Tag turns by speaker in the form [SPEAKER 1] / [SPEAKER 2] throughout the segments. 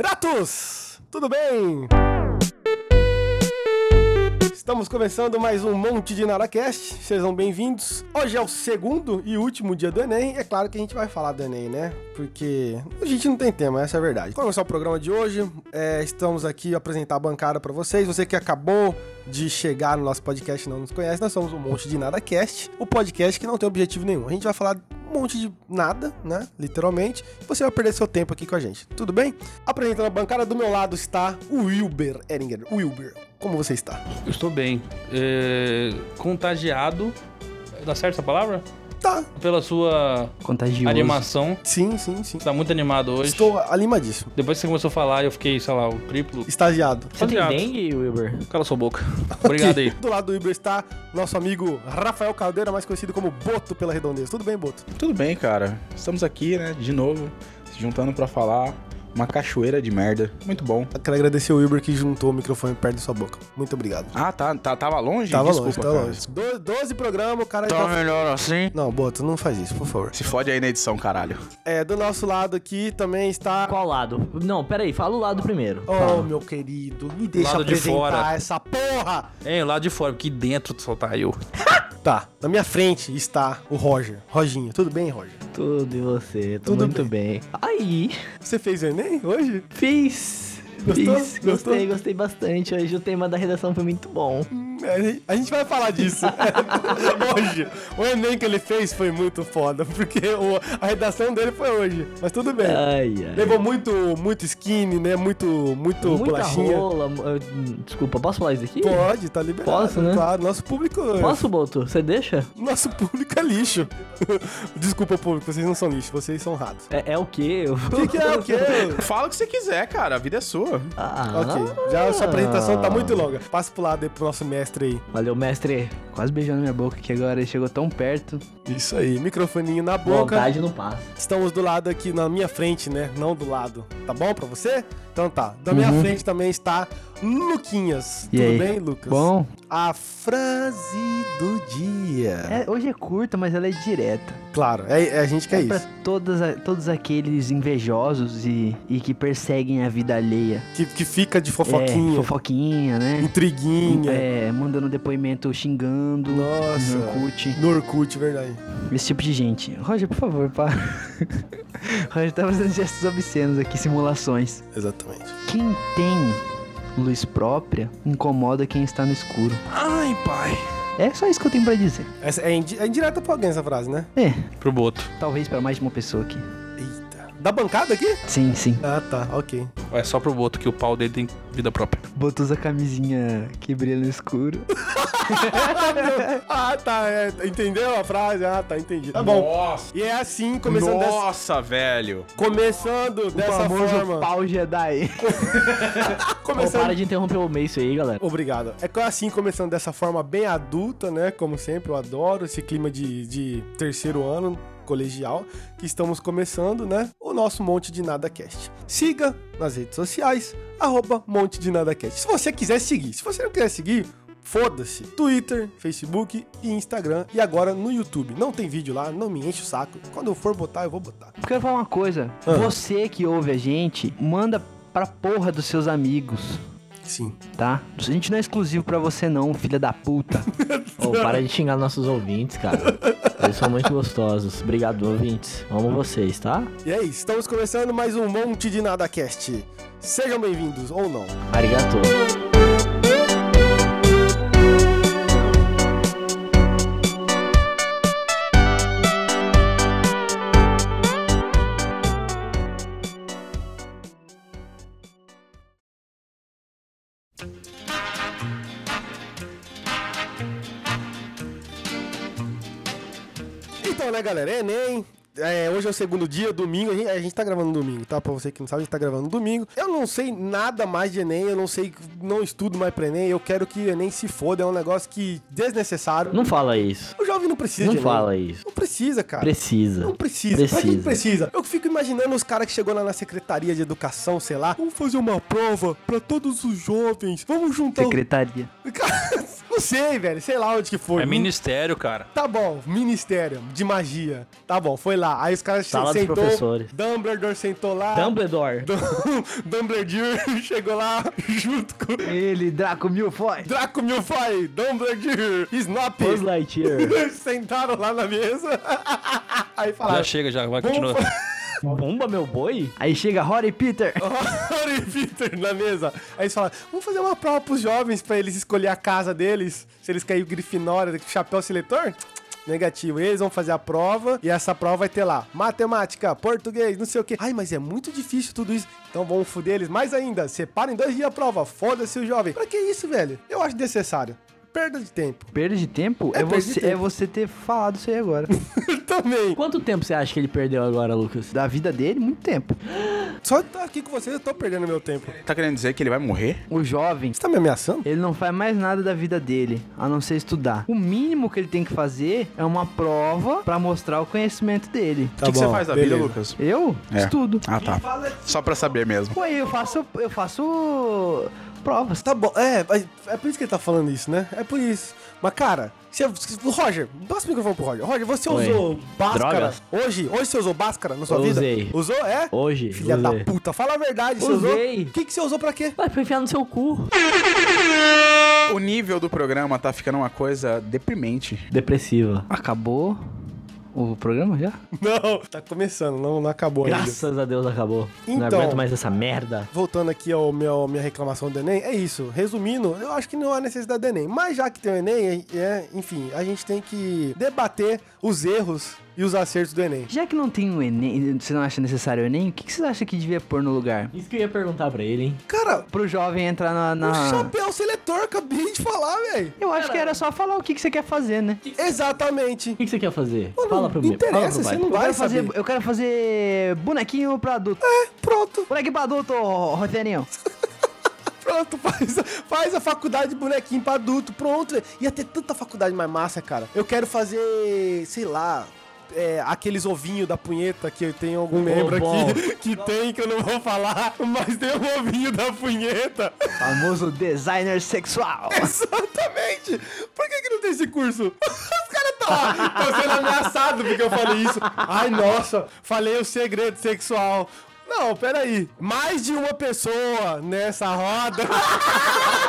[SPEAKER 1] gatos! Tudo bem? Estamos começando mais um Monte de NadaCast, sejam bem-vindos. Hoje é o segundo e último dia do Enem, é claro que a gente vai falar do Enem, né? Porque a gente não tem tema, essa é a verdade. Qual é o seu programa de hoje? É, estamos aqui a apresentar a bancada para vocês. Você que acabou de chegar no nosso podcast e não nos conhece, nós somos o Monte de NadaCast, o podcast que não tem objetivo nenhum. A gente vai falar um monte de nada, né? Literalmente. Você vai perder seu tempo aqui com a gente, tudo bem? Apresentando a bancada, do meu lado está o Wilber Eringer. Wilber, como você está?
[SPEAKER 2] Eu estou bem. É, contagiado. Dá certo essa palavra?
[SPEAKER 1] Tá.
[SPEAKER 2] Pela sua
[SPEAKER 3] Contagioso.
[SPEAKER 2] animação.
[SPEAKER 1] Sim, sim, sim.
[SPEAKER 2] Você tá muito animado hoje.
[SPEAKER 1] Estou alimadíssimo.
[SPEAKER 2] Depois que você começou a falar, eu fiquei, sei lá, o triplo.
[SPEAKER 1] Estagiado.
[SPEAKER 3] Você tem
[SPEAKER 2] Aliás.
[SPEAKER 3] dengue, Wilber?
[SPEAKER 2] Cala sua boca. Obrigado aí.
[SPEAKER 1] Do lado do Wilber está nosso amigo Rafael Caldeira, mais conhecido como Boto pela Redondeza. Tudo bem, Boto?
[SPEAKER 4] Tudo bem, cara. Estamos aqui, né, de novo, se juntando pra falar uma cachoeira de merda. Muito bom.
[SPEAKER 1] Eu quero agradecer o Wilber que juntou o microfone perto da sua boca. Muito obrigado.
[SPEAKER 4] Ah, tá, tá- tava longe?
[SPEAKER 1] Tava
[SPEAKER 4] Desculpa,
[SPEAKER 1] longe, tava
[SPEAKER 4] cara.
[SPEAKER 1] longe. Do, 12 programas, o cara...
[SPEAKER 4] Tá
[SPEAKER 1] já-
[SPEAKER 4] melhor assim?
[SPEAKER 1] Não, Boto, não faz isso, por favor.
[SPEAKER 4] Se fode aí na edição, caralho.
[SPEAKER 1] É, do nosso lado aqui também está...
[SPEAKER 3] Qual lado? Não, pera aí, fala o lado primeiro.
[SPEAKER 1] Oh, meu querido, me deixa
[SPEAKER 2] Lado de
[SPEAKER 1] apresentar
[SPEAKER 2] fora.
[SPEAKER 1] essa porra!
[SPEAKER 2] É, lá de fora, porque dentro só tá eu.
[SPEAKER 1] Tá, na minha frente está o Roger. Roginho, tudo bem, Roger?
[SPEAKER 3] Tudo e você, tô
[SPEAKER 1] Tudo
[SPEAKER 3] muito bem. Aí,
[SPEAKER 1] Você fez o Enem hoje?
[SPEAKER 3] fiz.
[SPEAKER 1] Gostou?
[SPEAKER 3] Fiz,
[SPEAKER 1] Gostou?
[SPEAKER 3] gostei, gostei bastante. Hoje o tema da redação foi muito bom.
[SPEAKER 1] Hum, a gente- A gente vai falar disso hoje. O Enem que ele fez foi muito foda, porque o- a redação dele foi hoje. Mas tudo bem.
[SPEAKER 3] Ai, ai.
[SPEAKER 1] Levou muito, muito skinny, né? Muito, muito
[SPEAKER 3] Muita
[SPEAKER 1] bolachinha.
[SPEAKER 3] rola. mu- eh, Desculpa, posso falar isso aqui?
[SPEAKER 1] Pode, tá liberado.
[SPEAKER 3] Posso, né?
[SPEAKER 1] Claro, nosso público.
[SPEAKER 3] Posso, Boto? Você deixa?
[SPEAKER 1] Nosso público é lixo. Desculpa, público, vocês não são lixo, vocês são ratos.
[SPEAKER 3] É, é o quê?
[SPEAKER 1] O que, que é o quê?
[SPEAKER 4] Fala o que você quiser, cara. A vida é sua.
[SPEAKER 3] Ah,
[SPEAKER 1] Ok, já a sua apresentação tá muito longa. Passa pro lado aí pro nosso mestre aí.
[SPEAKER 3] Valeu, mestre.
[SPEAKER 5] Quase beijando minha boca que agora ele chegou tão perto.
[SPEAKER 1] Isso aí, microfoninho na boca.
[SPEAKER 3] Maldade não passa.
[SPEAKER 1] Estamos do lado aqui, na minha frente, né? Não do lado. Tá bom pra você? Então tá. Da minha frente também está Luquinhas.
[SPEAKER 5] Uhum. E
[SPEAKER 1] Tudo
[SPEAKER 5] aí?
[SPEAKER 1] bem, Lucas?
[SPEAKER 5] Bom,
[SPEAKER 1] A frase do dia.
[SPEAKER 5] é- hoje é curta, mas ela é direta.
[SPEAKER 1] Claro, é, é a gente que é,
[SPEAKER 5] É pra
[SPEAKER 1] isso.
[SPEAKER 5] todas a- todos aqueles invejosos e, e que perseguem a vida alheia.
[SPEAKER 1] Que, que fica de
[SPEAKER 5] É,
[SPEAKER 1] fofoquinha,
[SPEAKER 5] fofoquinha, né?
[SPEAKER 1] intriguinha.
[SPEAKER 5] É, mandando depoimento xingando.
[SPEAKER 1] Nossa.
[SPEAKER 5] No Orkut.
[SPEAKER 1] No Orkut, é verdade.
[SPEAKER 5] Esse tipo de gente. Roger, por favor, para. Roger tá fazendo gestos obscenos aqui, simulações.
[SPEAKER 1] Exatamente.
[SPEAKER 5] Quem tem luz própria incomoda quem está no escuro.
[SPEAKER 2] Ai, pai.
[SPEAKER 5] É só isso que eu tenho pra dizer.
[SPEAKER 1] Essa é, indi é indireta pra alguém essa frase, né?
[SPEAKER 5] É,
[SPEAKER 2] Pro Boto.
[SPEAKER 5] talvez pra mais de uma pessoa aqui.
[SPEAKER 1] Eita. Da bancada aqui?
[SPEAKER 5] Sim, sim.
[SPEAKER 1] Ah, tá. Ok.
[SPEAKER 2] É só pro Boto que o pau dele tem vida própria.
[SPEAKER 5] Botou a camisinha que brilha no escuro.
[SPEAKER 1] ah, tá. é, entendeu a frase? Ah, tá. Entendi. Tá bom.
[SPEAKER 4] Nossa.
[SPEAKER 1] E é assim, começando dessa,
[SPEAKER 4] Nossa, velho.
[SPEAKER 1] começando dessa forma.
[SPEAKER 5] pau Jedi. Ô,
[SPEAKER 1] Começando
[SPEAKER 3] Para de interromper o Meisso aí, galera.
[SPEAKER 1] Obrigado. É que assim, começando dessa forma bem adulta, né? Como sempre, eu adoro esse clima de, de terceiro ano colegial que estamos começando, né? O nosso Monte de Nada Cast. Siga nas redes sociais, arroba Monte de Nada Cast. Se você quiser seguir, se você não quiser seguir, foda-se. Twitter, Facebook e Instagram e agora no YouTube. Não tem vídeo lá, não me enche o saco. Quando eu for botar, eu vou botar.
[SPEAKER 5] Quero falar uma coisa.
[SPEAKER 1] Ah.
[SPEAKER 5] Você que ouve a gente, manda pra porra dos seus amigos,
[SPEAKER 1] Sim.
[SPEAKER 5] tá? A gente não é exclusivo pra você não, filha da puta.
[SPEAKER 3] Ô, para de xingar nossos ouvintes, cara. Eles são muito gostosos. Obrigado, ouvintes. Amo vocês, tá?
[SPEAKER 1] E é isso, estamos começando mais um Monte de Nada Cast. Sejam bem-vindos ou não.
[SPEAKER 3] Arigato.
[SPEAKER 1] Então, né, galera? É Enem. É, hoje é o segundo dia, domingo. A gente, a gente tá gravando no domingo, tá? Pra você que não sabe, a gente tá gravando no domingo. Eu não sei nada mais de Enem, eu não sei, não estudo mais pra Enem. Eu quero que Enem se foda, é um negócio que desnecessário.
[SPEAKER 3] Não fala isso.
[SPEAKER 1] O jovem não precisa
[SPEAKER 3] Não
[SPEAKER 1] de Enem.
[SPEAKER 3] fala isso.
[SPEAKER 1] Não precisa, cara.
[SPEAKER 3] Precisa.
[SPEAKER 1] Não precisa. Pra que
[SPEAKER 3] Precisa.
[SPEAKER 1] precisa? Eu fico imaginando os caras que chegou lá na Secretaria de Educação, sei
[SPEAKER 5] Então,
[SPEAKER 1] lá. Vamos fazer uma prova pra todos os jovens. Vamos juntar o
[SPEAKER 5] Secretaria.
[SPEAKER 1] Cara, Não sei, velho. Sei lá onde que foi.
[SPEAKER 6] É ministério, cara.
[SPEAKER 1] Tá bom, Ministério de Magia. Tá bom, foi lá. Aí os caras
[SPEAKER 3] Sala dos
[SPEAKER 1] sentou,
[SPEAKER 3] professores.
[SPEAKER 1] Dumbledore sentou lá.
[SPEAKER 3] Dumbledore.
[SPEAKER 1] Dum- Dumbledore chegou lá junto com
[SPEAKER 5] Ele, Draco Milfoy.
[SPEAKER 1] Draco Malfoy, Dumbledore, Snap.
[SPEAKER 3] Buzz Lightyear.
[SPEAKER 1] Sentaram lá na mesa. Aí
[SPEAKER 6] Já
[SPEAKER 1] falaram.
[SPEAKER 6] chega, já. Vai,
[SPEAKER 1] Vamos
[SPEAKER 6] continua.
[SPEAKER 3] Bomba, meu boi?
[SPEAKER 5] Aí chega Rory Peter.
[SPEAKER 1] Harry e Peter na mesa. Aí eles falaram, vamos fazer uma prova pros jovens pra eles escolher a casa deles, se eles querem o Grifinória, chapéu seletor? Negativo. Eles vão fazer a prova e essa prova vai ter lá matemática, português, não sei o quê. Ai, mas é muito difícil tudo isso. Então vamos foder eles mais ainda. Separem dois dias a prova. Foda-se o jovem. Pra que isso, velho? Eu acho necessário. Perda de tempo.
[SPEAKER 5] Perda de tempo
[SPEAKER 1] É
[SPEAKER 5] é,
[SPEAKER 1] perda de
[SPEAKER 5] você,
[SPEAKER 1] tempo.
[SPEAKER 5] é você ter falado isso aí agora.
[SPEAKER 1] Também.
[SPEAKER 3] Quanto tempo você acha que ele perdeu agora, Lucas?
[SPEAKER 5] da vida dele, muito tempo.
[SPEAKER 1] Só de estar aqui com vocês, eu tô perdendo meu tempo. Você
[SPEAKER 4] Tá querendo dizer que ele vai morrer?
[SPEAKER 5] O jovem,
[SPEAKER 1] tá me ameaçando?
[SPEAKER 5] ele não faz mais nada da vida dele, a não ser estudar. O mínimo que ele tem que fazer é uma prova pra mostrar o conhecimento dele.
[SPEAKER 1] Tá
[SPEAKER 4] o que, que você
[SPEAKER 1] bom,
[SPEAKER 4] faz da
[SPEAKER 1] beleza.
[SPEAKER 4] vida, Lucas?
[SPEAKER 5] Eu
[SPEAKER 4] É.
[SPEAKER 5] estudo.
[SPEAKER 4] Ah, tá. Só pra saber mesmo.
[SPEAKER 5] Pô, eu faço, eu faço provas.
[SPEAKER 1] Tá bom, é, mas é por isso que ele tá falando isso, né? É por isso. Mas, cara, você, Roger, passa o microfone pro Roger. Roger, você
[SPEAKER 3] Oi.
[SPEAKER 1] usou báscara
[SPEAKER 3] Drogas?
[SPEAKER 1] hoje? Hoje você usou báscara na sua
[SPEAKER 3] Usei.
[SPEAKER 1] vida? Usou, é?
[SPEAKER 3] Hoje,
[SPEAKER 1] Filha da
[SPEAKER 3] usei.
[SPEAKER 1] puta, fala a verdade, você
[SPEAKER 3] Usei.
[SPEAKER 1] usou? O que, que você usou pra quê?
[SPEAKER 3] Vai pra enfiar no seu cu.
[SPEAKER 4] O nível do programa tá ficando uma coisa deprimente.
[SPEAKER 3] Depressiva.
[SPEAKER 5] Acabou o programa já?
[SPEAKER 1] Não, tá começando, não, não acabou ainda.
[SPEAKER 3] Graças a Deus acabou. Não
[SPEAKER 1] Então.
[SPEAKER 3] aguento mais essa merda.
[SPEAKER 1] Voltando aqui ao meu minha reclamação do Enem, é isso. Resumindo, eu acho que não há necessidade do Enem. Mas já que tem o Enem, é, é, enfim, a gente tem que debater os erros e os acertos do Enem.
[SPEAKER 5] Já que não tem o Enem, você não acha necessário o Enem, o que, que você acha que devia pôr no lugar?
[SPEAKER 3] Isso que eu ia perguntar pra ele, hein?
[SPEAKER 1] Cara,
[SPEAKER 5] Pro jovem entrar na. na-
[SPEAKER 1] o
[SPEAKER 3] Ah.
[SPEAKER 1] chapéu seletor, acabei de falar, velho.
[SPEAKER 5] Eu acho que era só falar o que, que você quer fazer, né?
[SPEAKER 1] Exatamente.
[SPEAKER 3] O que, que você quer fazer?
[SPEAKER 1] Mano,
[SPEAKER 3] Fala pro
[SPEAKER 1] não
[SPEAKER 3] meu. Fala
[SPEAKER 1] interessa,
[SPEAKER 3] pro
[SPEAKER 1] você
[SPEAKER 3] pai.
[SPEAKER 1] não
[SPEAKER 5] Eu
[SPEAKER 1] vai
[SPEAKER 5] quero, fazer,
[SPEAKER 1] fazer.
[SPEAKER 5] eu quero fazer bonequinho pra adulto.
[SPEAKER 1] Pronto,
[SPEAKER 5] Bonequinho pra adulto, Rogerinho.
[SPEAKER 1] pronto, faz, a- faz a faculdade de bonequinho pra adulto, pronto. velho. Ia ter tanta faculdade mais massa, cara. Eu quero fazer, sei lá, é, aqueles ovinhos da punheta que eu tenho algum membro
[SPEAKER 3] bom.
[SPEAKER 1] aqui que tem, que eu não vou falar, mas tem um ovinho da punheta.
[SPEAKER 5] Famoso designer sexual.
[SPEAKER 1] Exatamente! Por que, que não tem esse curso? Os caras tá lá, tá sendo ameaçado porque eu falei isso. Ai, nossa, falei o segredo sexual. Não, peraí. Mais de uma pessoa nessa roda.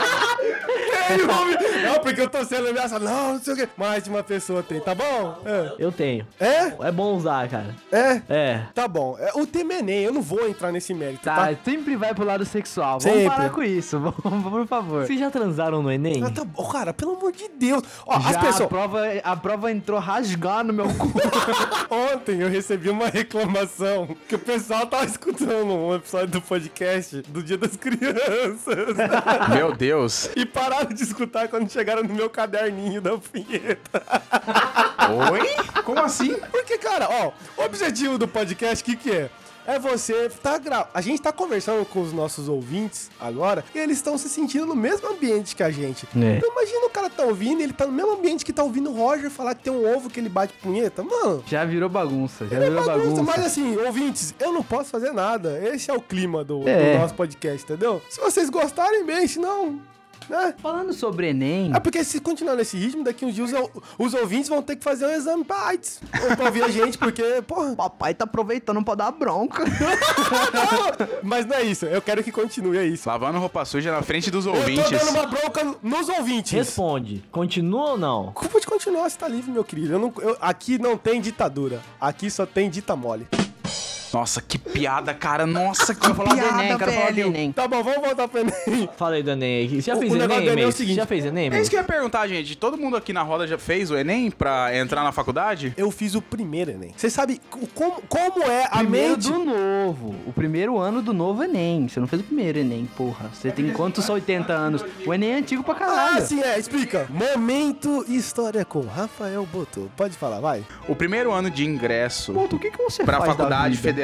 [SPEAKER 1] tem homem. Não, porque eu tô sendo ameaçado. Não, não sei o quê. Mais de uma pessoa tem, tá bom?
[SPEAKER 3] Eu tenho.
[SPEAKER 1] É?
[SPEAKER 3] É bom usar, cara.
[SPEAKER 1] É? É?
[SPEAKER 3] É.
[SPEAKER 1] Tá bom. É, O tema é Enem, eu não vou entrar nesse mérito, tá?
[SPEAKER 5] Tá, sempre vai pro lado sexual.
[SPEAKER 1] Sempre.
[SPEAKER 5] Vamos parar com isso, vamos, por favor.
[SPEAKER 3] Vocês já transaram no Enem?
[SPEAKER 1] Ah, tá bom. Cara, pelo amor de Deus. Ó, as
[SPEAKER 5] Já a
[SPEAKER 1] pessoas...
[SPEAKER 5] prova, a prova entrou rasgar no meu cu.
[SPEAKER 1] Ontem eu recebi uma reclamação que o pessoal tava escutando um episódio do podcast do Dia das Crianças
[SPEAKER 4] Meu Deus.
[SPEAKER 1] e pararam de escutar quando chegaram no meu caderninho da punheta.
[SPEAKER 4] Oi? Como assim?
[SPEAKER 1] Porque, cara, ó, o objetivo do podcast, o que que é? É você tá gra... A gente tá conversando com os nossos ouvintes agora e eles estão se sentindo no mesmo ambiente que a gente.
[SPEAKER 5] É.
[SPEAKER 1] Então imagina o cara tá ouvindo, ele tá no mesmo ambiente que tá ouvindo o Roger falar que tem um ovo que ele bate punheta. Mano,
[SPEAKER 5] Já virou bagunça, já
[SPEAKER 1] É
[SPEAKER 5] virou
[SPEAKER 1] bagunça,
[SPEAKER 5] bagunça.
[SPEAKER 1] mas assim, ouvintes, eu não posso fazer nada. Esse é o clima do, do
[SPEAKER 5] É.
[SPEAKER 1] nosso podcast, entendeu? Se vocês gostarem, bem, se não. Né?
[SPEAKER 5] Falando sobre Enem,
[SPEAKER 1] É porque se continuar nesse ritmo, daqui uns dias os, os ouvintes vão ter que fazer um exame pra AIDS. Ou pra ouvir a gente, porque, porra.
[SPEAKER 5] papai tá aproveitando pra dar bronca.
[SPEAKER 1] Mas não é isso, eu quero que continue, é isso.
[SPEAKER 4] Lavando roupa suja na frente dos
[SPEAKER 1] Eu tô
[SPEAKER 4] ouvintes.
[SPEAKER 1] dando uma bronca nos ouvintes.
[SPEAKER 3] Responde. Continua ou não?
[SPEAKER 1] Pode continuar, você tá livre, meu querido. Eu não- eu- aqui não tem ditadura. Aqui só tem dita mole.
[SPEAKER 4] Nossa, que piada, cara. Nossa, que
[SPEAKER 5] Falar do
[SPEAKER 4] piada,
[SPEAKER 5] Enem, quero falar do
[SPEAKER 4] velho.
[SPEAKER 5] Enem.
[SPEAKER 1] Tá bom, vamos voltar pro Enem.
[SPEAKER 3] Fala aí do Enem aí. Você já
[SPEAKER 1] O-
[SPEAKER 3] fez
[SPEAKER 1] o
[SPEAKER 3] Enem,
[SPEAKER 1] negócio do Enem é o
[SPEAKER 3] Mace?
[SPEAKER 1] seguinte.
[SPEAKER 3] Já fez Enem,
[SPEAKER 4] É isso
[SPEAKER 3] Mace?
[SPEAKER 4] que eu ia perguntar, gente. Todo mundo aqui na roda já fez o Enem pra entrar na faculdade?
[SPEAKER 1] Eu fiz o primeiro Enem. Você sabe co- como, como é a
[SPEAKER 5] Primeiro
[SPEAKER 1] mente...
[SPEAKER 5] do novo. O primeiro ano do novo Enem. Você não fez o primeiro Enem, porra. Você tem quantos 80 anos? O Enem é antigo pra
[SPEAKER 1] Ah,
[SPEAKER 5] caralho.
[SPEAKER 1] sim, é, explica. Momento História com Rafael Boto. Pode falar, vai.
[SPEAKER 4] O primeiro ano de ingresso
[SPEAKER 5] Ponto, o que, que você
[SPEAKER 4] pra
[SPEAKER 5] faz da
[SPEAKER 4] faculdade federal
[SPEAKER 5] vida?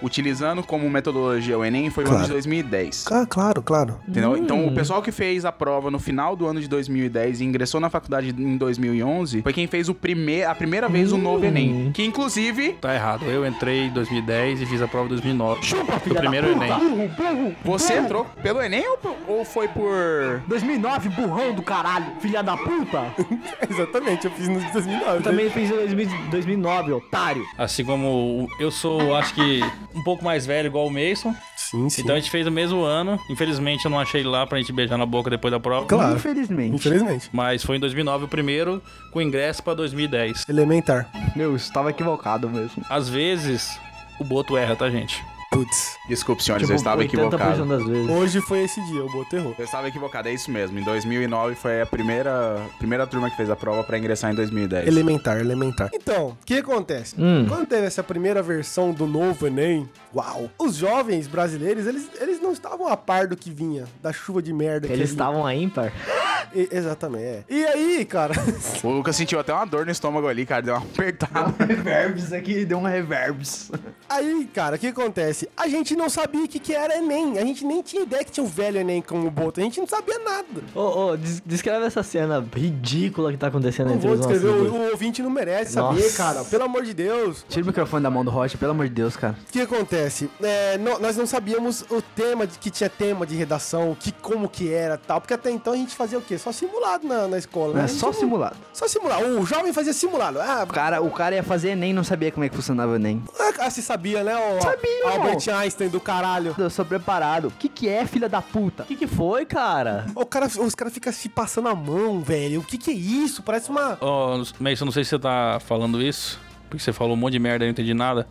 [SPEAKER 4] utilizando como metodologia o Enem foi o ano
[SPEAKER 1] Claro.
[SPEAKER 4] de 2010.
[SPEAKER 1] Ah, claro, claro.
[SPEAKER 4] Entendeu? Então, o pessoal que fez a prova no final do ano de 2010 e ingressou na faculdade em 2011 foi quem fez o prime a primeira vez o novo
[SPEAKER 5] Hum.
[SPEAKER 4] Enem. Que, inclusive,
[SPEAKER 2] Tá errado. Eu entrei em 2010 e fiz a prova em 2009. Foi o primeiro Enem.
[SPEAKER 5] É.
[SPEAKER 4] você entrou pelo Enem ou, por- ou foi por.
[SPEAKER 3] 2009, burrão do caralho, filha da puta!
[SPEAKER 1] Exatamente, eu fiz no de 2009.
[SPEAKER 3] Eu também fiz em 2000 2009, otário.
[SPEAKER 2] Assim como o- eu sou, acho que, um pouco mais velho, igual o Mason.
[SPEAKER 1] Sim, sim.
[SPEAKER 2] Então a gente fez o mesmo ano. Infelizmente eu não achei lá pra gente beijar na boca depois da prova.
[SPEAKER 1] Claro.
[SPEAKER 5] Infelizmente.
[SPEAKER 1] Infelizmente.
[SPEAKER 2] Mas foi em 2009 o primeiro, com ingresso pra 2010.
[SPEAKER 1] Elementar.
[SPEAKER 5] Eu estava equivocado mesmo.
[SPEAKER 2] Às vezes, o Boto erra, tá, gente?
[SPEAKER 1] Putz.
[SPEAKER 4] Desculpe, senhores, eu
[SPEAKER 3] Tipo,
[SPEAKER 4] estava
[SPEAKER 3] 80%
[SPEAKER 4] equivocado.
[SPEAKER 3] das vezes.
[SPEAKER 1] Hoje foi esse dia, o Boto errou.
[SPEAKER 4] Eu estava equivocado, é isso mesmo. Em 2009 foi a primeira, primeira turma que fez a prova pra ingressar em 2010.
[SPEAKER 1] Elementar, elementar. Então, o que acontece?
[SPEAKER 3] Hum.
[SPEAKER 1] Quando teve essa primeira versão do novo Enem, uau, os jovens brasileiros, eles, eles não estavam a par do que vinha, da chuva de merda que
[SPEAKER 3] Eles
[SPEAKER 1] vinha.
[SPEAKER 3] estavam a ímpar?
[SPEAKER 1] E- exatamente, é. E aí, cara,
[SPEAKER 4] O Lucas sentiu até uma dor no estômago ali, cara, deu uma apertada.
[SPEAKER 5] Reverbs aqui, deu um reverbs.
[SPEAKER 1] aí, cara, o que acontece? A gente não sabia o que, que era Enem, a gente nem tinha ideia que tinha o velho Enem como o Boto, a gente não sabia nada.
[SPEAKER 3] Ô, ô, des- descreve essa cena ridícula que tá acontecendo
[SPEAKER 1] Não
[SPEAKER 3] entre
[SPEAKER 1] vou
[SPEAKER 3] os nossos
[SPEAKER 1] descrever, o,
[SPEAKER 3] dois.
[SPEAKER 1] o ouvinte não merece saber,
[SPEAKER 3] Nossa.
[SPEAKER 1] cara, pelo amor de Deus.
[SPEAKER 5] Tira o microfone da mão do Rocha, pelo amor de Deus, cara.
[SPEAKER 1] O que acontece? É, nó- nós não sabíamos o tema, de, que tinha tema de redação, o que, como que era tal, porque até então a gente fazia o quê? Só simulado na, na escola, né?
[SPEAKER 5] É
[SPEAKER 1] A gente
[SPEAKER 5] só
[SPEAKER 1] não-
[SPEAKER 5] simulado.
[SPEAKER 1] Só simular. O jovem fazia simulado. Ah,
[SPEAKER 5] O cara, o cara ia fazer Enem e não sabia como é que funcionava o Enem.
[SPEAKER 1] ah, se sabia, né? O
[SPEAKER 5] Sabia,
[SPEAKER 1] Albert Einstein do caralho.
[SPEAKER 5] Eu sou preparado. O que que é, filha da puta?
[SPEAKER 3] O que, que foi, cara?
[SPEAKER 1] O cara, os caras ficam se passando a mão, velho. O que que é isso? Parece uma...
[SPEAKER 2] Ó, Mason, não sei se você tá falando isso, porque você falou um monte de merda e eu não entendi nada.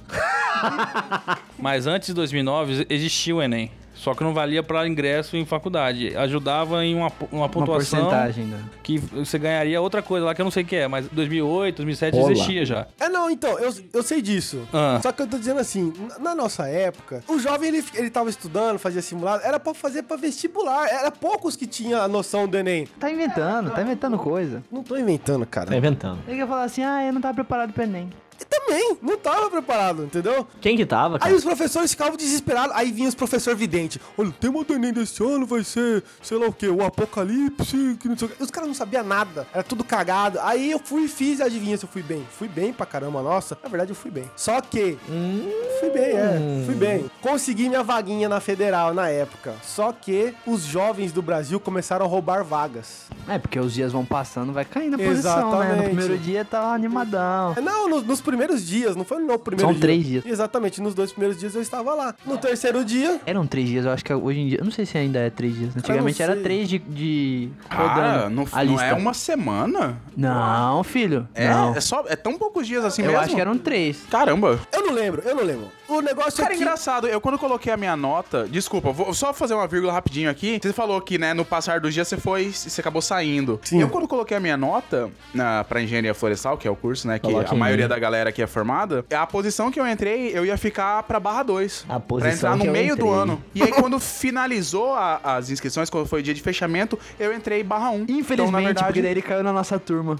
[SPEAKER 2] Mas antes de 2009 existia o Enem. Só que não valia pra ingresso em faculdade. Ajudava em uma, uma
[SPEAKER 5] Uma
[SPEAKER 2] pontuação
[SPEAKER 5] porcentagem, né?
[SPEAKER 2] que você ganharia outra coisa lá que eu não sei o que é. Mas 2008, 2007
[SPEAKER 3] Olá.
[SPEAKER 2] existia já.
[SPEAKER 1] É, não, então, eu, eu sei disso.
[SPEAKER 2] Ah.
[SPEAKER 1] Só que eu tô dizendo assim, na- na nossa época, o jovem, ele, ele tava estudando, fazia simulado, era pra fazer pra vestibular. Era poucos que tinha a noção do Enem.
[SPEAKER 5] Tá inventando, tá inventando coisa.
[SPEAKER 1] Não tô inventando, cara.
[SPEAKER 3] Tá inventando.
[SPEAKER 5] Ele quer falar assim, ah, eu não tava preparado pro Enem.
[SPEAKER 1] E também, não tava preparado, entendeu?
[SPEAKER 3] Quem que tava,
[SPEAKER 1] Aí
[SPEAKER 3] cara?
[SPEAKER 1] os professores ficavam desesperados, aí vinha os professor vidente. Olha, o tema do Enem desse ano vai ser, sei lá o quê, o apocalipse, que não sei o quê. Os caras não sabiam nada, era tudo cagado. Aí eu fui e fiz, e adivinha se eu fui bem. Fui bem pra caramba, nossa. Na verdade, eu fui bem. Só que,
[SPEAKER 5] Hum.
[SPEAKER 1] fui bem, é, fui bem. Consegui minha vaguinha na Federal na época. Só que os jovens do Brasil começaram a roubar vagas.
[SPEAKER 5] É, porque os dias vão passando, vai caindo a posição, né? No
[SPEAKER 1] Exatamente.
[SPEAKER 5] primeiro dia tá animadão.
[SPEAKER 1] É, Não, no- nos primeiros dias, não foi no primeiro
[SPEAKER 5] São
[SPEAKER 1] dia.
[SPEAKER 5] três dias.
[SPEAKER 1] Exatamente, nos dois primeiros dias eu estava lá. No terceiro dia,
[SPEAKER 5] Eram três dias, eu acho que é hoje em dia. Eu não sei se ainda é três dias. Antigamente era
[SPEAKER 1] sei.
[SPEAKER 5] três de. de
[SPEAKER 4] Cara,
[SPEAKER 5] rodando
[SPEAKER 4] não,
[SPEAKER 5] a
[SPEAKER 4] não
[SPEAKER 5] lista.
[SPEAKER 4] é uma semana?
[SPEAKER 5] Não, filho.
[SPEAKER 4] É,
[SPEAKER 5] não.
[SPEAKER 4] é só. É tão poucos dias assim
[SPEAKER 5] eu
[SPEAKER 4] mesmo.
[SPEAKER 5] acho que um- eram três.
[SPEAKER 4] Caramba.
[SPEAKER 1] eu não lembro, eu não lembro. O negócio
[SPEAKER 4] Cara,
[SPEAKER 1] é que...
[SPEAKER 4] engraçado, eu quando coloquei a minha nota, desculpa, vou só fazer uma vírgula rapidinho aqui. Você falou que, né, no passar dos dias você foi e você acabou saindo.
[SPEAKER 1] Sim.
[SPEAKER 4] Eu quando coloquei a minha nota na, pra engenharia florestal, que é o curso, né, que
[SPEAKER 3] Coloca
[SPEAKER 4] a
[SPEAKER 3] em
[SPEAKER 4] maioria
[SPEAKER 3] mim.
[SPEAKER 4] da galera aqui é formada, a posição que eu entrei, eu ia ficar pra barra 2.
[SPEAKER 3] A
[SPEAKER 4] Pra
[SPEAKER 3] posição
[SPEAKER 4] entrar no
[SPEAKER 3] que eu
[SPEAKER 4] meio do
[SPEAKER 3] entrei.
[SPEAKER 4] ano. E aí, quando finalizou a- as inscrições, quando foi o dia de fechamento, eu entrei barra 1. Um.
[SPEAKER 5] Infelizmente,
[SPEAKER 4] então, na
[SPEAKER 5] porque daí
[SPEAKER 4] verdade.
[SPEAKER 5] ele caiu na nossa turma.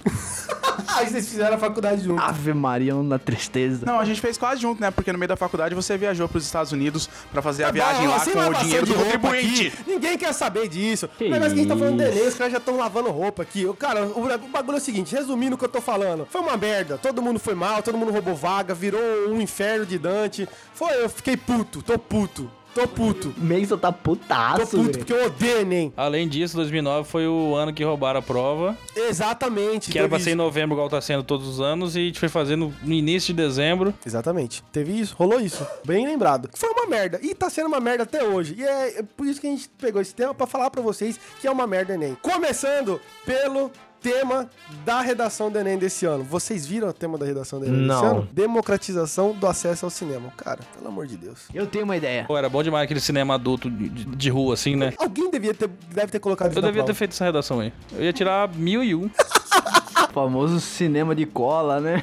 [SPEAKER 1] Aí Ah, vocês fizeram a faculdade junto.
[SPEAKER 5] Ave Maria, na tristeza.
[SPEAKER 4] Não, a gente fez quase junto, né? Porque no meio da faculdade você viajou pros Estados Unidos pra fazer
[SPEAKER 1] É
[SPEAKER 4] a viagem
[SPEAKER 1] Não,
[SPEAKER 4] lá
[SPEAKER 1] sem
[SPEAKER 4] com o
[SPEAKER 1] lavação
[SPEAKER 4] dinheiro
[SPEAKER 1] de
[SPEAKER 4] do
[SPEAKER 1] roupa
[SPEAKER 4] contribuinte.
[SPEAKER 1] aqui. Ninguém quer saber disso.
[SPEAKER 3] Que
[SPEAKER 1] Mas, mas quem tá falando do
[SPEAKER 3] isso.
[SPEAKER 1] Enem, os caras já estão lavando roupa aqui. Eu, Cara, o, o bagulho é o seguinte, resumindo o que eu tô falando. Foi uma merda, todo mundo foi mal, todo mundo roubou vaga, virou um inferno de Dante. Foi, eu fiquei puto, tô puto, tô puto.
[SPEAKER 3] Mason tá
[SPEAKER 1] Tô
[SPEAKER 3] putaço,
[SPEAKER 1] puto
[SPEAKER 3] velho.
[SPEAKER 1] porque eu odeio Enem.
[SPEAKER 2] Além disso, 2009 foi o ano que roubaram a prova,
[SPEAKER 1] Exatamente.
[SPEAKER 2] que era
[SPEAKER 1] teve
[SPEAKER 2] pra ser em novembro, igual tá sendo todos os anos, e a gente foi fazendo no início de dezembro.
[SPEAKER 1] Exatamente. Teve isso, rolou isso. Bem lembrado. Foi uma merda. E tá sendo uma merda até hoje. E é por isso que a gente pegou esse tema pra falar pra vocês que é uma merda Enem. Começando pelo tema da redação do Enem desse ano. Vocês viram o tema da redação do Enem desse
[SPEAKER 3] Não.
[SPEAKER 1] ano? Democratização do acesso ao cinema. Cara, pelo amor de Deus.
[SPEAKER 5] Eu tenho uma ideia.
[SPEAKER 2] Pô, era bom demais aquele cinema adulto de, de- de rua, assim, né?
[SPEAKER 1] Alguém devia ter, deve ter colocado isso
[SPEAKER 2] Eu
[SPEAKER 1] na
[SPEAKER 2] devia ter
[SPEAKER 1] prova.
[SPEAKER 2] feito essa redação aí. Eu ia tirar mil e um.
[SPEAKER 5] O famoso cinema de cola, né?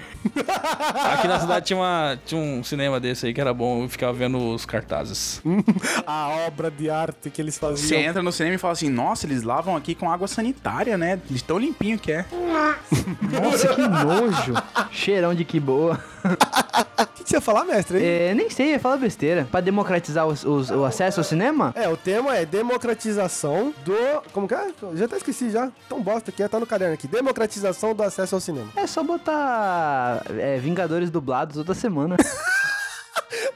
[SPEAKER 2] Aqui na cidade tinha, uma- tinha um cinema desse aí que era bom, eu ficava vendo os cartazes.
[SPEAKER 1] A obra de arte que eles faziam.
[SPEAKER 4] Você entra no cinema e fala assim, nossa, eles lavam aqui com água sanitária, né? De tão limpinho que é.
[SPEAKER 5] Nossa, que nojo. Cheirão de que boa.
[SPEAKER 1] O que, que você ia falar, mestre? hein?
[SPEAKER 5] É, nem sei, fala besteira. Pra democratizar os- os- o acesso ao cinema?
[SPEAKER 1] É, o tema é democratização do. Como que é? Eu Já até esqueci já. Tão bosta que é, tá no caderno aqui. Democratização do acesso ao cinema.
[SPEAKER 5] É só botar é, Vingadores dublados toda semana.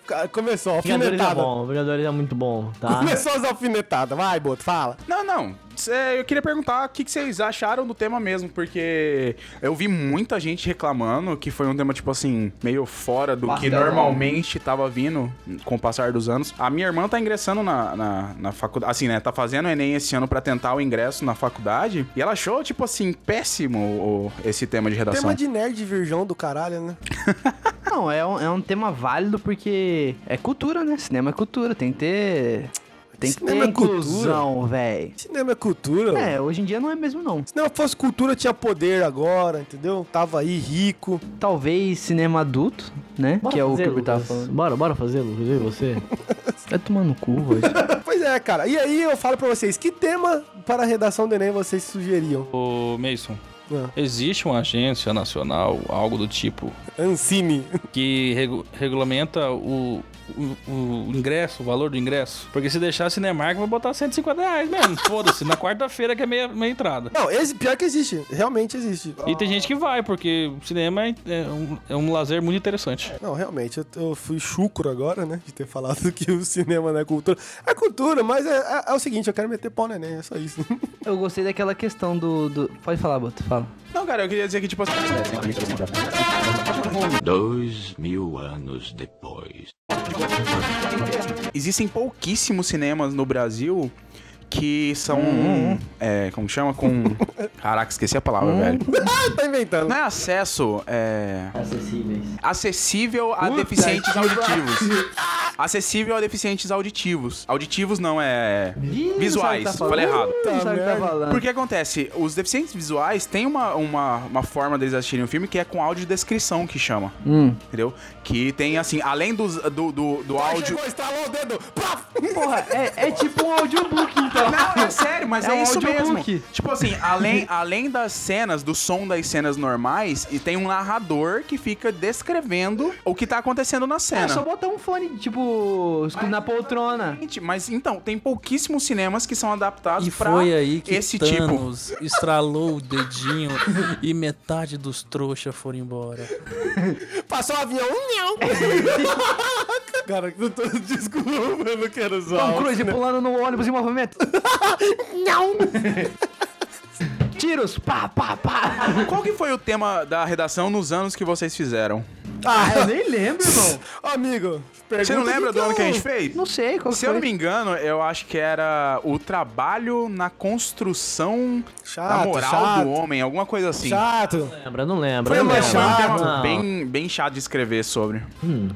[SPEAKER 1] Cara, Começou,
[SPEAKER 3] Vingadores é
[SPEAKER 1] alfinetada.
[SPEAKER 3] bom, Vingadores é muito bom, tá?
[SPEAKER 1] Começou as alfinetadas. Vai, Boto, fala.
[SPEAKER 4] Não, não. Cê- eu queria perguntar o que que vocês acharam do tema mesmo, porque eu vi muita gente reclamando que foi um tema, tipo assim, meio fora do que
[SPEAKER 5] Pastelão.
[SPEAKER 4] normalmente tava vindo com o passar dos anos. A minha irmã tá ingressando na, na, faculdade, assim, né? Tá fazendo o Enem esse ano pra tentar o ingresso na faculdade. E ela achou, tipo assim, péssimo o- esse tema de redação.
[SPEAKER 1] Tema de nerd virgão do caralho, né?
[SPEAKER 5] Não, é um, é um tema válido porque é cultura, né? Cinema é cultura, tem que ter. Tem que
[SPEAKER 1] Cinema
[SPEAKER 5] ter
[SPEAKER 1] é cultura.
[SPEAKER 5] inclusão, véi.
[SPEAKER 1] Cinema é cultura. mano.
[SPEAKER 5] É, hoje em dia não é mesmo, não.
[SPEAKER 1] Se não fosse cultura, tinha poder agora, entendeu? Tava aí rico.
[SPEAKER 5] Talvez cinema adulto, né?
[SPEAKER 3] Bora
[SPEAKER 5] que é o
[SPEAKER 3] fazer,
[SPEAKER 5] que eu tava
[SPEAKER 3] Lucas.
[SPEAKER 5] falando.
[SPEAKER 3] Bora, bora fazer, Lucas, eu e você?
[SPEAKER 5] Vai tomar no cu, hoje.
[SPEAKER 1] pois é, cara. E aí eu falo pra vocês, que tema para a redação do Enem vocês sugeriam?
[SPEAKER 2] Ô, Mason,
[SPEAKER 1] Ah,
[SPEAKER 2] existe uma agência nacional, algo do tipo,
[SPEAKER 1] Ancine.
[SPEAKER 2] que regu- regulamenta o, o- o ingresso, o valor do ingresso? Porque se deixar a Cinemark, vai botar 150 reais mesmo. Foda-se, na quarta-feira que é meia, meia entrada.
[SPEAKER 1] Não, esse, pior que existe. Realmente existe.
[SPEAKER 2] E tem gente que vai, porque o cinema é, é um, é um lazer muito interessante.
[SPEAKER 1] Não, realmente, eu, eu fui chucro agora, né? De ter falado que o cinema não é cultura. É cultura, mas é, é- é o seguinte, eu quero meter pau no Enem, é só isso.
[SPEAKER 5] Eu gostei daquela questão do. do- Pode falar, Boto, fala.
[SPEAKER 4] Não, cara, eu queria dizer que, tipo assim.
[SPEAKER 6] Dois mil anos depois.
[SPEAKER 4] Existem pouquíssimos cinemas no Brasil que são. É, como que chama? Com. Caraca, esqueci a palavra, velho.
[SPEAKER 1] tá inventando.
[SPEAKER 4] Não é acesso é,
[SPEAKER 3] Acessíveis.
[SPEAKER 4] acessível a deficientes auditivos. Acessível a deficientes auditivos. Auditivos não é. Visuais.
[SPEAKER 5] Não sabe o que tá
[SPEAKER 4] Falei
[SPEAKER 5] falando.
[SPEAKER 4] errado.
[SPEAKER 5] Não sabe o que tá
[SPEAKER 1] merda.
[SPEAKER 5] falando.
[SPEAKER 4] Porque acontece, os deficientes visuais têm uma, uma, uma forma deles assistirem o filme que é com audiodescrição que chama.
[SPEAKER 5] Hum.
[SPEAKER 4] Entendeu? Que tem assim, além dos, do, do, do áudio.
[SPEAKER 1] Chegou, estralou o dedo. Paf!
[SPEAKER 5] Porra, é, é tipo um audiobook, então.
[SPEAKER 4] Não, é sério, mas
[SPEAKER 5] É
[SPEAKER 4] é,
[SPEAKER 5] um
[SPEAKER 4] isso mesmo.
[SPEAKER 5] audiobook.
[SPEAKER 4] Tipo assim, além, além das cenas, do som das cenas normais, e tem um narrador que fica descrevendo o que tá acontecendo na
[SPEAKER 5] É
[SPEAKER 4] cena.
[SPEAKER 5] só um botar um fone, tipo, na poltrona.
[SPEAKER 4] Gente, Mas então, tem pouquíssimos cinemas que são adaptados
[SPEAKER 7] E
[SPEAKER 4] pra
[SPEAKER 7] foi aí que
[SPEAKER 4] esse tipo.
[SPEAKER 7] Thanos estralou o dedinho e metade dos trouxas foram embora.
[SPEAKER 1] Passou o avião. Nhau. Cara, eu tô, desculpa, eu não quero
[SPEAKER 5] Tom
[SPEAKER 1] zoar.
[SPEAKER 4] né?
[SPEAKER 5] Cruise pulando no ônibus em movimento. Não! Tiros, pá, pá, pá.
[SPEAKER 4] Qual que foi o tema da redação nos anos que vocês fizeram?
[SPEAKER 5] Ah, eu nem lembro, irmão.
[SPEAKER 1] Amigo,
[SPEAKER 4] Você
[SPEAKER 1] pergunta
[SPEAKER 4] não lembra
[SPEAKER 1] que é
[SPEAKER 4] do ano que a
[SPEAKER 1] eu-
[SPEAKER 4] gente fez?
[SPEAKER 5] Não sei qual
[SPEAKER 4] Se
[SPEAKER 5] foi.
[SPEAKER 4] eu não me engano, eu acho que era o trabalho na construção da
[SPEAKER 1] Chato,
[SPEAKER 4] moral
[SPEAKER 1] chato,
[SPEAKER 4] do homem, alguma coisa assim.
[SPEAKER 1] um Chato.
[SPEAKER 3] Lembra, não lembra.
[SPEAKER 1] Foi
[SPEAKER 3] não
[SPEAKER 1] mais
[SPEAKER 3] lembra.
[SPEAKER 1] É chato.
[SPEAKER 4] Foi um tema
[SPEAKER 3] Não.
[SPEAKER 4] bem, bem chato de escrever sobre.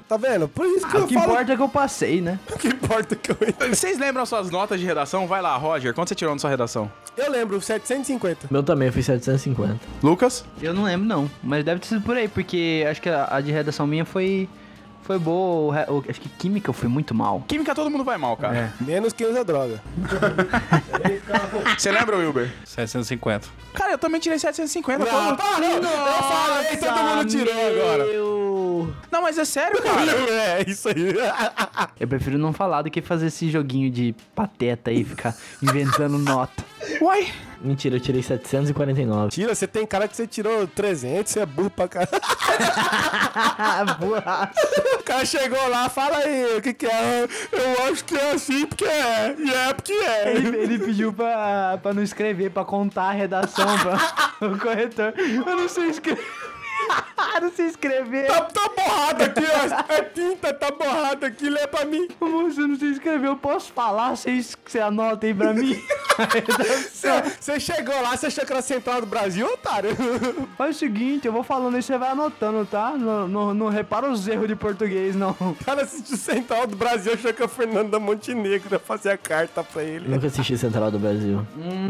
[SPEAKER 1] Tá vendo? Por isso que
[SPEAKER 5] O
[SPEAKER 1] eu
[SPEAKER 5] que
[SPEAKER 1] falo
[SPEAKER 5] importa é que eu passei, né?
[SPEAKER 1] o que importa que eu...
[SPEAKER 4] Vocês lembram suas notas de redação? Vai lá, Roger, quanto você tirou na sua redação?
[SPEAKER 1] Eu lembro, 750.
[SPEAKER 3] Meu também, eu fiz 750.
[SPEAKER 4] Lucas?
[SPEAKER 5] Eu não lembro, não. Mas deve ter sido por aí, porque acho que a, a de redação minha foi. Foi boa. o re- o- acho que química eu fui muito mal.
[SPEAKER 4] Química todo mundo vai mal, cara.
[SPEAKER 1] Menos que usa droga.
[SPEAKER 4] Você lembra, Wilber?
[SPEAKER 2] 750.
[SPEAKER 4] Cara, eu também tirei 750. todo mundo-
[SPEAKER 1] para! Eu falei, todo mundo tirou agora.
[SPEAKER 4] Não, mas é sério, cara.
[SPEAKER 1] É, isso aí.
[SPEAKER 5] Eu prefiro não falar do que fazer esse joguinho de pateta aí, ficar inventando nota.
[SPEAKER 4] Uai.
[SPEAKER 3] Mentira, eu tirei 749.
[SPEAKER 1] Tira, você tem cara que você tirou 300, você é burro pra caralho.
[SPEAKER 5] Ah, boa.
[SPEAKER 1] O cara chegou lá, fala aí, o que que é? Eu acho que é assim porque é, e é porque é.
[SPEAKER 5] Ele, ele pediu pra, pra não escrever, pra contar a redação pra, o corretor. Eu não sei escrever. Eu não sei escrever.
[SPEAKER 1] Tá, tá borrado aqui, ó. É tinta, tá borrado aqui, lê pra mim.
[SPEAKER 5] Moço, eu não sei escrever. Eu posso falar? Você, es- você anota aí pra mim?
[SPEAKER 1] Você chegou lá, você achou que era Central do Brasil, otário?
[SPEAKER 5] Faz o seguinte, eu vou falando e você vai anotando, tá? Não, não, não repara os erros de português, não.
[SPEAKER 1] O cara assistiu Central do Brasil, achou que era Fernanda Montenegro, ia fazer a carta pra ele.
[SPEAKER 3] Nunca assisti Central do Brasil.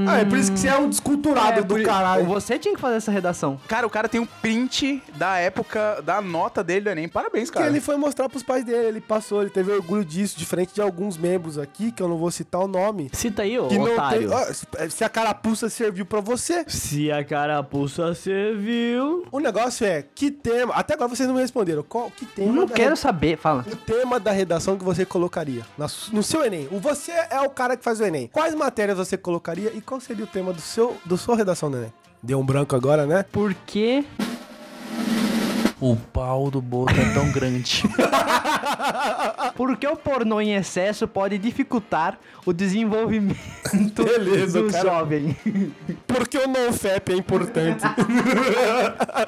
[SPEAKER 1] Ah, é por isso que você é um desculturado
[SPEAKER 5] Hum. É,
[SPEAKER 1] do
[SPEAKER 5] por-
[SPEAKER 1] caralho.
[SPEAKER 5] Você tinha que fazer essa redação.
[SPEAKER 4] Cara, o cara tem um print da época da nota dele do Enem. Parabéns,
[SPEAKER 1] Que
[SPEAKER 4] cara.
[SPEAKER 1] ele foi mostrar pros pais dele, ele passou, ele teve orgulho disso, diferente de alguns membros aqui, que eu não vou citar o nome,
[SPEAKER 3] Cita aí, ô
[SPEAKER 1] que não Ah!
[SPEAKER 3] otário.
[SPEAKER 1] Ó, se a carapuça serviu pra você.
[SPEAKER 3] Se a carapuça serviu.
[SPEAKER 1] O negócio é que tema. Até agora vocês não me responderam. Qual que tema?
[SPEAKER 5] Não
[SPEAKER 1] da
[SPEAKER 5] quero
[SPEAKER 1] re-
[SPEAKER 5] saber. Fala.
[SPEAKER 1] O tema da redação que você colocaria na su- no seu Enem. O você é o cara que faz o Enem. Quais matérias você colocaria e qual seria o tema do seu, do sua redação do Enem? Deu um branco agora, né?
[SPEAKER 5] Por que
[SPEAKER 7] O pau do Boto é tão grande.
[SPEAKER 5] Por que o pornô em excesso pode dificultar o desenvolvimento
[SPEAKER 1] Beleza,
[SPEAKER 5] do
[SPEAKER 1] cara.
[SPEAKER 5] jovem?
[SPEAKER 1] Porque o non-FAP é importante.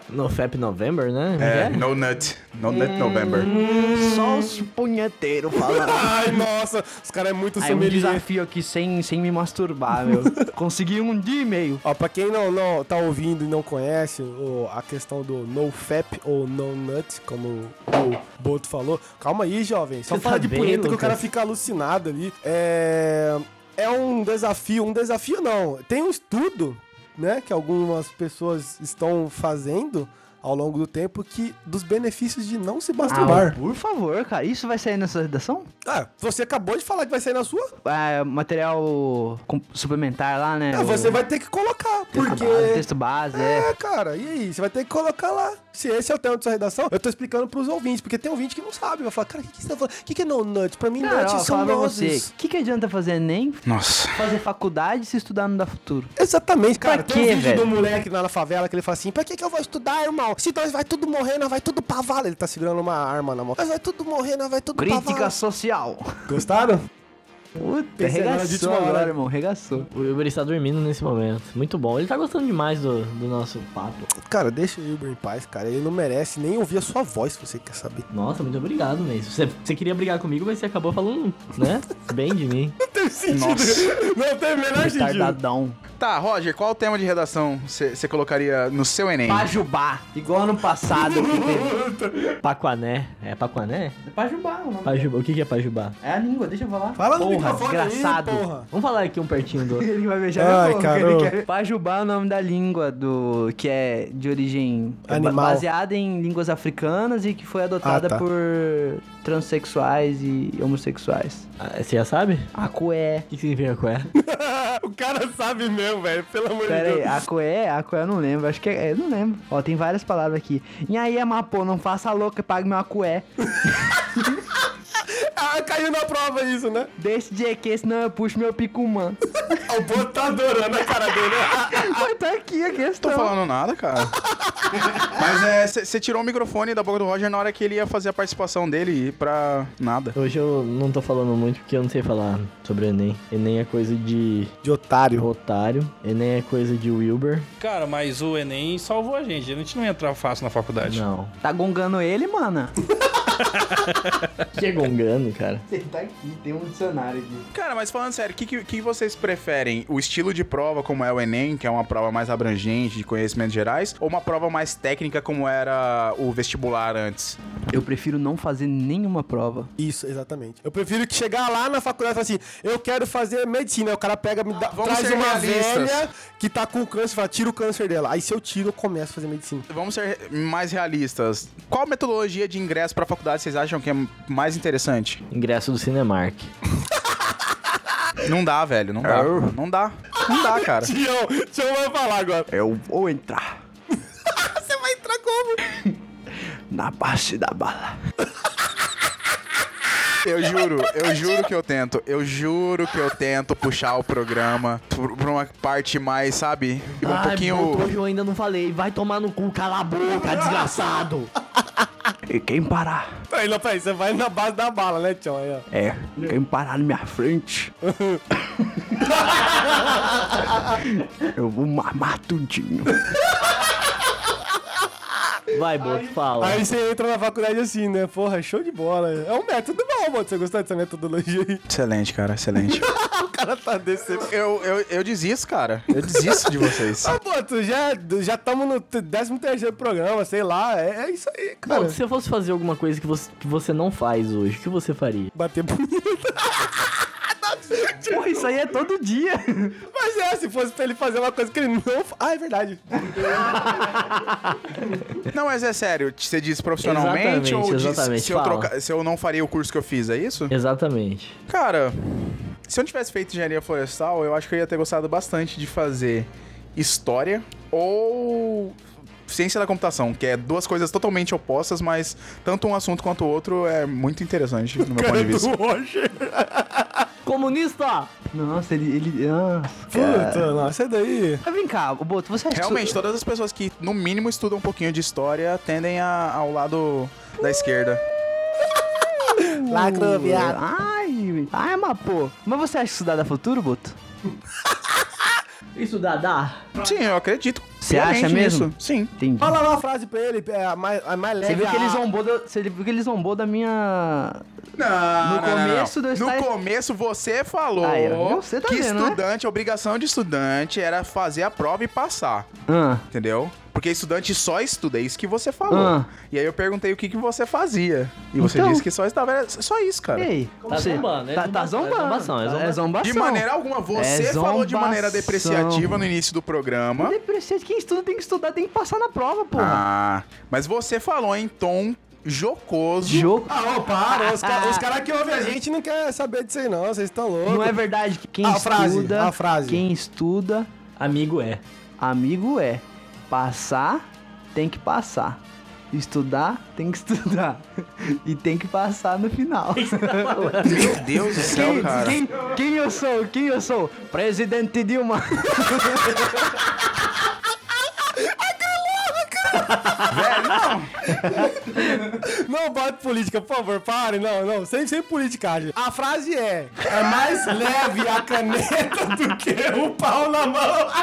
[SPEAKER 3] No FAP November, né?
[SPEAKER 4] É, No Nut. No Nut November.
[SPEAKER 1] Hum.
[SPEAKER 5] Só os punheteiros falam.
[SPEAKER 1] Ai, nossa, os caras é muito
[SPEAKER 5] Aí um
[SPEAKER 1] sommelier.
[SPEAKER 5] desafio aqui sem, sem me masturbar, meu. Consegui um dia e meio.
[SPEAKER 1] Ó, pra quem não, não tá ouvindo e não conhece o- a questão do no-fap ou no-nut, como o Boto falou, calma aí, jovem. Só
[SPEAKER 3] Você
[SPEAKER 1] fala
[SPEAKER 3] tá
[SPEAKER 1] de
[SPEAKER 3] bem,
[SPEAKER 1] punheta que o cara
[SPEAKER 3] Lucas?
[SPEAKER 1] fica alucinado ali. É... É um desafio, um desafio não. Tem um estudo, né, que algumas pessoas estão fazendo ao longo do tempo que dos benefícios de não se
[SPEAKER 5] Ah,
[SPEAKER 1] masturbar.
[SPEAKER 5] por favor, cara. Isso vai sair nessa redação?
[SPEAKER 1] Ah, você acabou de falar que vai sair na sua?
[SPEAKER 5] Ah, material com- suplementar lá, né?
[SPEAKER 3] É.
[SPEAKER 1] Ah, você
[SPEAKER 5] O
[SPEAKER 1] vai ter que colocar,
[SPEAKER 5] texto
[SPEAKER 1] porque
[SPEAKER 5] base, texto base, é.
[SPEAKER 1] É, cara, e aí? Você vai ter que colocar lá. Se esse é o tema da sua redação, eu tô explicando pros ouvintes, porque tem ouvinte que não sabe. Vai falar, cara, o que, que você tá falando? O que, que é no nut? Pra mim,
[SPEAKER 5] Cara, ó,
[SPEAKER 1] nut são
[SPEAKER 5] falar pra você.
[SPEAKER 1] nozes.
[SPEAKER 5] O que, que adianta fazer Enem,
[SPEAKER 4] Nossa.
[SPEAKER 5] fazer faculdade se estudar não dá futuro?
[SPEAKER 1] Exatamente, cara.
[SPEAKER 5] Pra
[SPEAKER 1] tem um
[SPEAKER 5] quê,
[SPEAKER 1] vídeo
[SPEAKER 5] velho?
[SPEAKER 1] do moleque lá na favela que ele fala assim: pra que, que eu vou estudar, irmão? Se nós vai tudo morrer, nós vai tudo pra vala. Ele tá segurando uma arma na mão. Nós vai tudo morrer, nós vai tudo pra
[SPEAKER 5] Crítica
[SPEAKER 1] vala.
[SPEAKER 5] social.
[SPEAKER 1] Gostaram?
[SPEAKER 5] Puta,
[SPEAKER 1] Pensei agora de
[SPEAKER 5] regaçou
[SPEAKER 1] última hora.
[SPEAKER 5] agora, irmão. Regaçou.
[SPEAKER 3] O Uber está dormindo nesse momento. Muito bom. Ele tá gostando demais do, do nosso papo.
[SPEAKER 1] Cara, deixa o Uber em paz, cara. Ele não merece nem ouvir a sua voz, se você quer saber.
[SPEAKER 3] Nossa, muito obrigado mesmo. Você, você queria brigar comigo, mas você acabou falando, né? Bem de mim.
[SPEAKER 4] Nossa.
[SPEAKER 1] Não tem o menor
[SPEAKER 5] Retardadão.
[SPEAKER 4] Tá, Roger, qual o tema de redação você colocaria no seu Enem?
[SPEAKER 5] Pajubá. Igual ano passado.
[SPEAKER 3] Paquané. É Paquané?
[SPEAKER 5] é Pajubá, o nome.
[SPEAKER 3] Pajubá. O que que é Pajubá?
[SPEAKER 5] É a língua, deixa eu falar.
[SPEAKER 1] Fala no
[SPEAKER 5] porra,
[SPEAKER 1] microfone aí,
[SPEAKER 5] desgraçado.
[SPEAKER 1] porra.
[SPEAKER 3] Vamos falar aqui um pertinho do outro.
[SPEAKER 5] Ele vai beijar
[SPEAKER 1] Ai,
[SPEAKER 5] minha boca,
[SPEAKER 1] caramba.
[SPEAKER 5] ele quer. Pajubá é o nome da língua do que é de origem é ba-
[SPEAKER 1] Animal.
[SPEAKER 5] baseada em línguas africanas e que foi adotada
[SPEAKER 1] Ah, tá.
[SPEAKER 5] por transexuais e homossexuais.
[SPEAKER 3] Ah, Você já sabe?
[SPEAKER 5] Acué.
[SPEAKER 3] O que que significa é? coé?
[SPEAKER 1] Ah, o cara sabe mesmo, velho. Pelo amor
[SPEAKER 5] Pera aí, Acué, Acué eu não lembro, acho que é, eu não lembro. Ó, tem várias palavras aqui. E aí, Amapô, não faça louca e pague meu Acué.
[SPEAKER 1] Ah, caiu na prova isso, né?
[SPEAKER 5] Deixe de EQ, senão eu puxo meu picumã.
[SPEAKER 1] O Boto tá adorando a cara dele. né?
[SPEAKER 5] Mas tá aqui a
[SPEAKER 4] Não
[SPEAKER 5] questão.
[SPEAKER 4] tô falando nada, cara. Mas é, você tirou o microfone da boca do Roger na hora que ele ia fazer a participação dele e pra nada.
[SPEAKER 3] Hoje eu não tô falando muito porque eu não sei falar sobre Enem. Enem é coisa de
[SPEAKER 1] De otário.
[SPEAKER 3] otário. Enem é coisa de Wilber.
[SPEAKER 2] Cara, mas o Enem salvou a gente. A gente não ia entrar fácil na faculdade.
[SPEAKER 3] Não.
[SPEAKER 5] Tá gongando ele, mana?
[SPEAKER 3] Que é gongando, cara.
[SPEAKER 5] Você tá aqui, tem um dicionário aqui.
[SPEAKER 4] Cara, mas falando sério, o que, que, que vocês preferem? O estilo de prova, como é o Enem, que é uma prova mais abrangente de conhecimentos gerais, ou uma prova mais técnica, como era o vestibular antes?
[SPEAKER 5] Eu prefiro não fazer nenhuma prova.
[SPEAKER 1] Isso, exatamente. Eu prefiro que chegar lá na faculdade e falar assim, eu quero fazer medicina. Aí O cara pega, me dá,
[SPEAKER 4] Vamos
[SPEAKER 1] traz
[SPEAKER 4] ser
[SPEAKER 1] uma
[SPEAKER 4] realistas.
[SPEAKER 1] velha que tá com câncer, fala, tira o câncer dela. Aí se eu tiro, eu começo a fazer medicina.
[SPEAKER 4] Vamos ser mais realistas. Qual metodologia de ingresso pra faculdade vocês acham que é mais interessante?
[SPEAKER 3] Ingresso do Cinemark.
[SPEAKER 4] Não dá, velho, não dá. Não dá. Não dá, cara.
[SPEAKER 1] Tião, Tião vai falar agora.
[SPEAKER 5] Eu vou entrar
[SPEAKER 1] Você vai entrar como?
[SPEAKER 5] na parte da bala.
[SPEAKER 4] Eu juro, eu juro que eu tento. Eu juro que eu tento puxar o programa por- pra uma parte mais, sabe?
[SPEAKER 3] Ai,
[SPEAKER 4] Um
[SPEAKER 3] pronto,
[SPEAKER 4] pouquinho.
[SPEAKER 3] hoje eu ainda não falei. Vai tomar no cu, cala a boca, desgraçado.
[SPEAKER 5] E quem parar?
[SPEAKER 1] Aí, não, peraí, você vai na base da bala, né, Tião? Aí, ó.
[SPEAKER 5] É, quem parar na minha frente. eu vou mamar tudinho.
[SPEAKER 3] Vai, Boto, fala.
[SPEAKER 1] Aí você entra na faculdade assim, né? Porra, show de bola. É um método bom, mano. Você gostou dessa metodologia aí?
[SPEAKER 4] Excelente, cara, excelente.
[SPEAKER 1] O cara tá decepcionado.
[SPEAKER 4] eu, eu, eu desisto, cara. Eu desisto de vocês.
[SPEAKER 1] Ah, pô, tu já estamos no 13 terceiro programa, sei lá, é, é isso aí, cara.
[SPEAKER 3] Boto, se eu fosse fazer alguma coisa que você, que você não faz hoje, o que você faria?
[SPEAKER 1] Bater punheta.
[SPEAKER 5] Porra, isso aí é todo dia.
[SPEAKER 1] Mas é, se fosse pra ele fazer uma coisa que ele não fa- Ah, é verdade.
[SPEAKER 4] Não, mas é sério, você diz profissionalmente
[SPEAKER 3] Exatamente,
[SPEAKER 4] ou diz
[SPEAKER 3] exatamente,
[SPEAKER 4] se, eu
[SPEAKER 3] fala.
[SPEAKER 4] trocar- se eu não faria o curso que eu fiz, é isso?
[SPEAKER 3] Exatamente.
[SPEAKER 4] Cara, Se eu não tivesse feito engenharia florestal, eu acho que eu ia ter gostado bastante de fazer história ou ciência da computação, que é duas coisas totalmente opostas, mas tanto um assunto quanto o outro é muito interessante, no meu ponto de
[SPEAKER 1] é
[SPEAKER 4] vista.
[SPEAKER 1] Roger.
[SPEAKER 3] Comunista!
[SPEAKER 5] Nossa, ele. ele nossa, cara.
[SPEAKER 1] Puta, não, essa daí.
[SPEAKER 5] Mas vem cá, Boto, você acha
[SPEAKER 4] Realmente,
[SPEAKER 5] que.
[SPEAKER 4] todas as pessoas que, no mínimo, estudam um pouquinho de história tendem a- ao lado da esquerda.
[SPEAKER 5] Lacro, viado. Ai, ai, mas pô. Mas você acha que isso dá da futuro, Boto?
[SPEAKER 3] Isso dá, dá.
[SPEAKER 4] Sim, eu acredito.
[SPEAKER 5] Você acha
[SPEAKER 4] piamente
[SPEAKER 5] mesmo?
[SPEAKER 4] nisso. Sim.
[SPEAKER 5] Entendi.
[SPEAKER 1] Fala lá a frase pra ele, é a mais, a mais leve.
[SPEAKER 5] Você viu que
[SPEAKER 1] a-
[SPEAKER 5] ele zombou da. Você viu que ele zombou da minha.
[SPEAKER 4] Não,
[SPEAKER 5] No começo do
[SPEAKER 4] No
[SPEAKER 5] estágio-
[SPEAKER 4] começo você falou
[SPEAKER 5] Ah, era. Não, você tá
[SPEAKER 4] que
[SPEAKER 5] vendo, né?
[SPEAKER 4] estudante, a obrigação de estudante era fazer a prova e passar,
[SPEAKER 5] Ah.
[SPEAKER 4] entendeu? Porque estudante só estuda, é isso que você falou.
[SPEAKER 5] Ah.
[SPEAKER 4] E aí eu perguntei o que, que você fazia. E você
[SPEAKER 5] Então.
[SPEAKER 4] disse que só estava. era Só isso, cara.
[SPEAKER 5] E aí?
[SPEAKER 3] Tá
[SPEAKER 5] Você-
[SPEAKER 3] zombando, é
[SPEAKER 5] tá, tá
[SPEAKER 3] zombação, é
[SPEAKER 5] zombando.
[SPEAKER 3] zombação, é
[SPEAKER 5] tá-
[SPEAKER 3] zombação.
[SPEAKER 5] zombação.
[SPEAKER 4] De maneira alguma, você
[SPEAKER 5] É
[SPEAKER 4] falou de maneira
[SPEAKER 5] zombação.
[SPEAKER 4] depreciativa no início do programa.
[SPEAKER 5] Depreciante, é quem estuda tem que estudar, tem que passar na prova, porra.
[SPEAKER 4] Ah, mas você falou em tom jocoso.
[SPEAKER 5] Jogo.
[SPEAKER 1] Ah, ô, para, os, ca- os caras que ouvem a gente não querem saber disso aí, não, vocês estão loucos.
[SPEAKER 5] Não é verdade que quem
[SPEAKER 1] Ah, A
[SPEAKER 5] estuda.
[SPEAKER 1] frase, a frase.
[SPEAKER 5] Quem estuda,
[SPEAKER 3] Amigo é.
[SPEAKER 5] amigo é. Passar, tem que passar. Estudar, tem que estudar. E tem que passar no final.
[SPEAKER 4] Meu Deus do céu, cara.
[SPEAKER 5] quem, quem eu sou? Quem eu sou? Presidente Dilma.
[SPEAKER 1] Não bate política, por favor, pare, não, não, sem, sem politicagem. A frase é: é mais leve a caneta do que o pau na mão.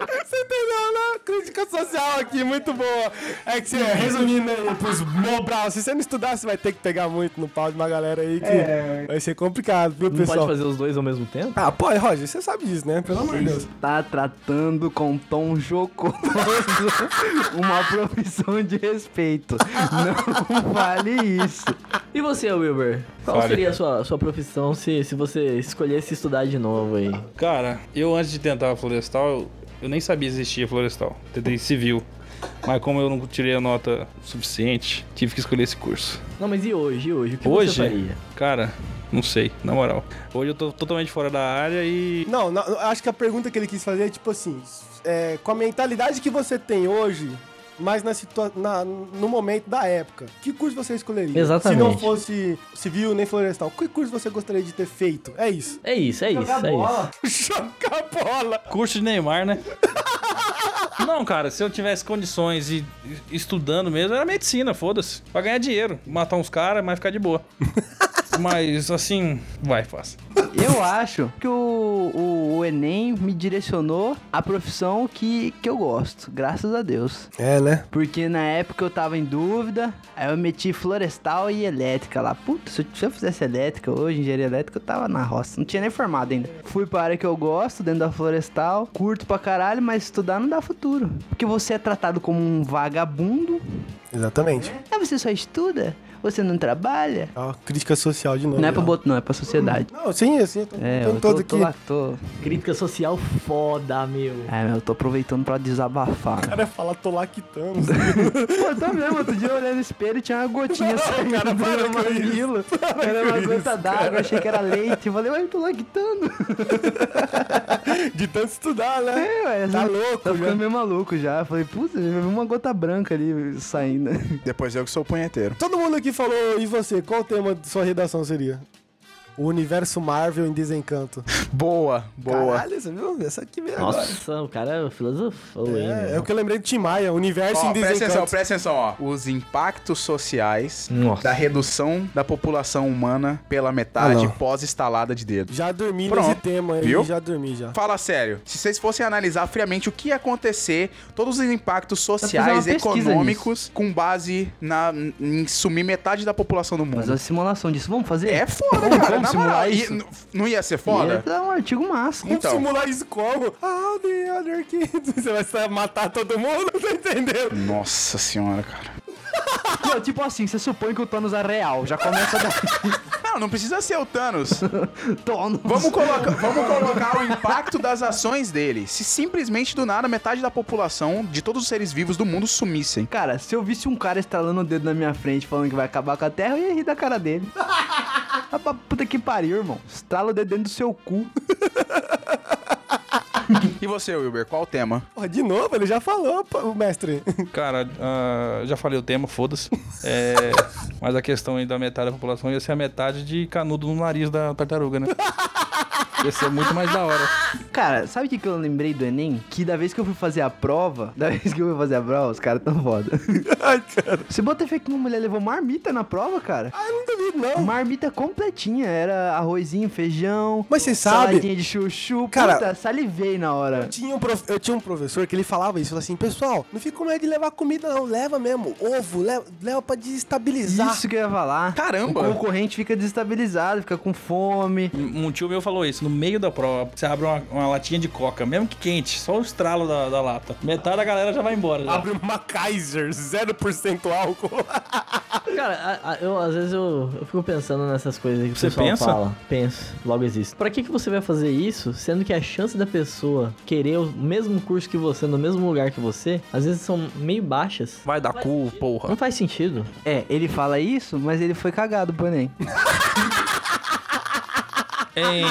[SPEAKER 1] Você entendeu, né? Crítica social aqui, muito boa. É que, você, resumindo aí pros Mobral, se você não estudar, você vai ter que pegar muito no pau de uma galera aí que vai ser complicado, viu,
[SPEAKER 3] Não
[SPEAKER 1] pessoal?
[SPEAKER 3] pode fazer os dois ao mesmo tempo?
[SPEAKER 1] Ah, pô, Roger, você sabe disso, né? Pelo amor de Deus.
[SPEAKER 5] Tá tratando com tom jocoso uma profissão de respeito. Não vale isso.
[SPEAKER 3] E você, Wilber? Qual
[SPEAKER 2] Fale.
[SPEAKER 3] seria a sua, sua profissão se, se você escolhesse estudar de novo aí?
[SPEAKER 2] Cara, eu antes de tentar a florestal, eu, eu nem sabia que existia florestal. Tentei civil. Mas como eu não tirei a nota suficiente, tive que escolher esse curso.
[SPEAKER 3] Não, mas e hoje? E hoje? O que você
[SPEAKER 2] Hoje,
[SPEAKER 3] faria?
[SPEAKER 2] cara, não sei, na moral. Hoje eu tô totalmente fora da área e.
[SPEAKER 1] Não, não, eu acho que a pergunta que ele quis fazer é tipo assim: é, com a mentalidade que você tem hoje, mas na situa na- no momento da época, que curso você escolheria?
[SPEAKER 3] Exatamente.
[SPEAKER 1] Se não fosse civil nem florestal, que curso você gostaria de ter feito? É isso.
[SPEAKER 3] É isso, é isso, é isso.
[SPEAKER 1] Jogar bola!
[SPEAKER 2] Curso de Neymar, né? Não, cara, se eu tivesse condições e e estudando mesmo, era medicina, foda-se. Pra ganhar dinheiro, matar uns caras, mas ficar de boa. mas assim, vai, faça.
[SPEAKER 5] Eu acho que o, o, o Enem me direcionou à profissão que, que eu gosto, graças a Deus.
[SPEAKER 1] É, né?
[SPEAKER 5] Porque na época eu tava em dúvida, aí eu meti florestal e elétrica lá. Puta, se eu, se eu fizesse elétrica hoje, engenharia elétrica, eu tava na roça. Não tinha nem formado ainda. Fui pra área que eu gosto, dentro da florestal. Curto pra caralho, mas estudar não dá futuro. Porque você é tratado como um vagabundo.
[SPEAKER 1] Exatamente.
[SPEAKER 5] Aí você só estuda, você não trabalha.
[SPEAKER 1] Ó, crítica social de novo.
[SPEAKER 5] Não é pra
[SPEAKER 1] ó.
[SPEAKER 5] botar, não, é pra sociedade.
[SPEAKER 1] Não, sim, sim, eu tô,
[SPEAKER 5] É,
[SPEAKER 1] tô
[SPEAKER 5] eu
[SPEAKER 1] todo
[SPEAKER 5] tô, tô
[SPEAKER 1] aqui.
[SPEAKER 5] lá, tô.
[SPEAKER 3] Crítica social foda, meu.
[SPEAKER 5] É, meu, eu tô aproveitando pra desabafar.
[SPEAKER 1] O cara fala, tô lá quitando.
[SPEAKER 5] Pô, eu tô mesmo, outro dia eu olhei no espelho e tinha uma gotinha saindo
[SPEAKER 1] cara,
[SPEAKER 5] do
[SPEAKER 1] para
[SPEAKER 5] meu
[SPEAKER 1] com isso,
[SPEAKER 5] mamilo. Era uma gota d'água, achei que era leite. Eu falei, ué, eu tô lactando.
[SPEAKER 1] de tanto estudar, né?
[SPEAKER 5] É, ué,
[SPEAKER 1] Tá
[SPEAKER 5] essa-
[SPEAKER 1] louco,
[SPEAKER 5] Tá
[SPEAKER 1] já.
[SPEAKER 5] ficando meio maluco já. Eu falei, putz, eu vi uma gota branca ali saindo.
[SPEAKER 4] Depois eu que sou o punheteiro.
[SPEAKER 1] Todo mundo aqui falou, e você, qual o tema de sua redação seria? O universo Marvel em desencanto.
[SPEAKER 4] Boa, boa.
[SPEAKER 1] Caralho, você viu? Essa aqui veio agora.
[SPEAKER 3] Nossa, o cara filosofou, hein,
[SPEAKER 1] É, é
[SPEAKER 3] meu.
[SPEAKER 1] o que eu lembrei do Tim Maia, universo
[SPEAKER 4] Ó,
[SPEAKER 1] em
[SPEAKER 4] presta atenção,
[SPEAKER 1] desencanto.
[SPEAKER 4] presta atenção, ó. Os impactos sociais
[SPEAKER 3] Nossa.
[SPEAKER 4] da redução da população humana pela metade
[SPEAKER 1] Ah, não.
[SPEAKER 4] pós-estalada de dedo.
[SPEAKER 1] Já dormi
[SPEAKER 4] Pronto,
[SPEAKER 1] nesse tema aí,
[SPEAKER 4] viu?
[SPEAKER 1] já dormi já.
[SPEAKER 4] Fala sério, se vocês fossem analisar friamente o que ia acontecer, todos os impactos sociais,
[SPEAKER 5] Dá pra fazer uma pesquisa
[SPEAKER 4] econômicos, com base na, em sumir metade da população do
[SPEAKER 5] Mas
[SPEAKER 4] mundo.
[SPEAKER 5] a simulação disso, vamos fazer?
[SPEAKER 4] É foda,
[SPEAKER 5] Vamos-
[SPEAKER 4] cara.
[SPEAKER 5] vamos
[SPEAKER 4] Na moral,
[SPEAKER 5] simular
[SPEAKER 4] E
[SPEAKER 5] isso?
[SPEAKER 4] n- não ia ser
[SPEAKER 5] Ia
[SPEAKER 4] foda?
[SPEAKER 5] dar um artigo massa.
[SPEAKER 1] Vamos
[SPEAKER 4] Então.
[SPEAKER 1] simular isso como? Ah, the other kids. Você vai sa- matar todo mundo, tá entendendo?
[SPEAKER 4] Nossa senhora, cara.
[SPEAKER 5] Pô, tipo assim, você supõe que o Thanos é real. Já começa a dar
[SPEAKER 4] Não, não precisa ser o Thanos.
[SPEAKER 5] Thanos.
[SPEAKER 4] Vamos colocar, vamos colocar o impacto das ações dele. Se simplesmente do nada metade da população de todos os seres vivos do mundo sumissem.
[SPEAKER 5] Cara, se eu visse um cara estralando o dedo na minha frente falando que vai acabar com a Terra, eu ia rir da cara dele. Ah, pra puta que pariu, irmão. Estrala o dedo dentro do seu cu.
[SPEAKER 4] E você, Wilber, qual o tema?
[SPEAKER 1] Porra, de novo, ele já falou, pô, o mestre.
[SPEAKER 2] Cara, ah, já falei o tema, foda-se. É, mas a questão aí da metade da população ia ser a metade de canudo no nariz da tartaruga, né? Ia ser muito mais da hora.
[SPEAKER 5] Cara, sabe o que, que eu lembrei do Enem? Que da vez que eu fui fazer a prova, da vez que eu fui fazer a prova, os caras tão foda.
[SPEAKER 1] Ai, cara.
[SPEAKER 5] Você bota fé que uma mulher levou marmita na prova, cara?
[SPEAKER 1] Ah, eu não duvido, não.
[SPEAKER 5] Marmita completinha, era arrozinho, feijão.
[SPEAKER 1] Mas você sabe-
[SPEAKER 5] Saladinha de chuchu.
[SPEAKER 1] Cara-
[SPEAKER 5] puta, salivei na hora.
[SPEAKER 1] Tinha um prof- Eu tinha um professor que ele falava isso, falava assim, pessoal, não fica com medo de levar comida não, leva mesmo, ovo, leva, leva pra desestabilizar.
[SPEAKER 5] Isso que eu ia falar.
[SPEAKER 4] Caramba!
[SPEAKER 5] O concorrente fica desestabilizado, fica com fome.
[SPEAKER 2] Um tio meu falou isso, no meio da prova, você abre uma, uma latinha de coca, mesmo que quente, só o estralo da, da lata. Metade da galera já vai embora. já.
[SPEAKER 1] Abre uma Kaiser, 0% álcool.
[SPEAKER 3] Cara, a- a- eu, às vezes eu, eu fico pensando nessas coisas que o
[SPEAKER 2] Você
[SPEAKER 3] pessoal
[SPEAKER 2] pensa?
[SPEAKER 3] fala. Penso, logo existe. Pra que, que você vai fazer isso, sendo que a chance da pessoa querer o mesmo curso que você, no mesmo lugar que você, às vezes são meio baixas.
[SPEAKER 2] Vai dar cu, porra.
[SPEAKER 3] Não faz sentido.
[SPEAKER 5] É, ele fala isso, mas ele foi cagado pro Enem.
[SPEAKER 2] Hein?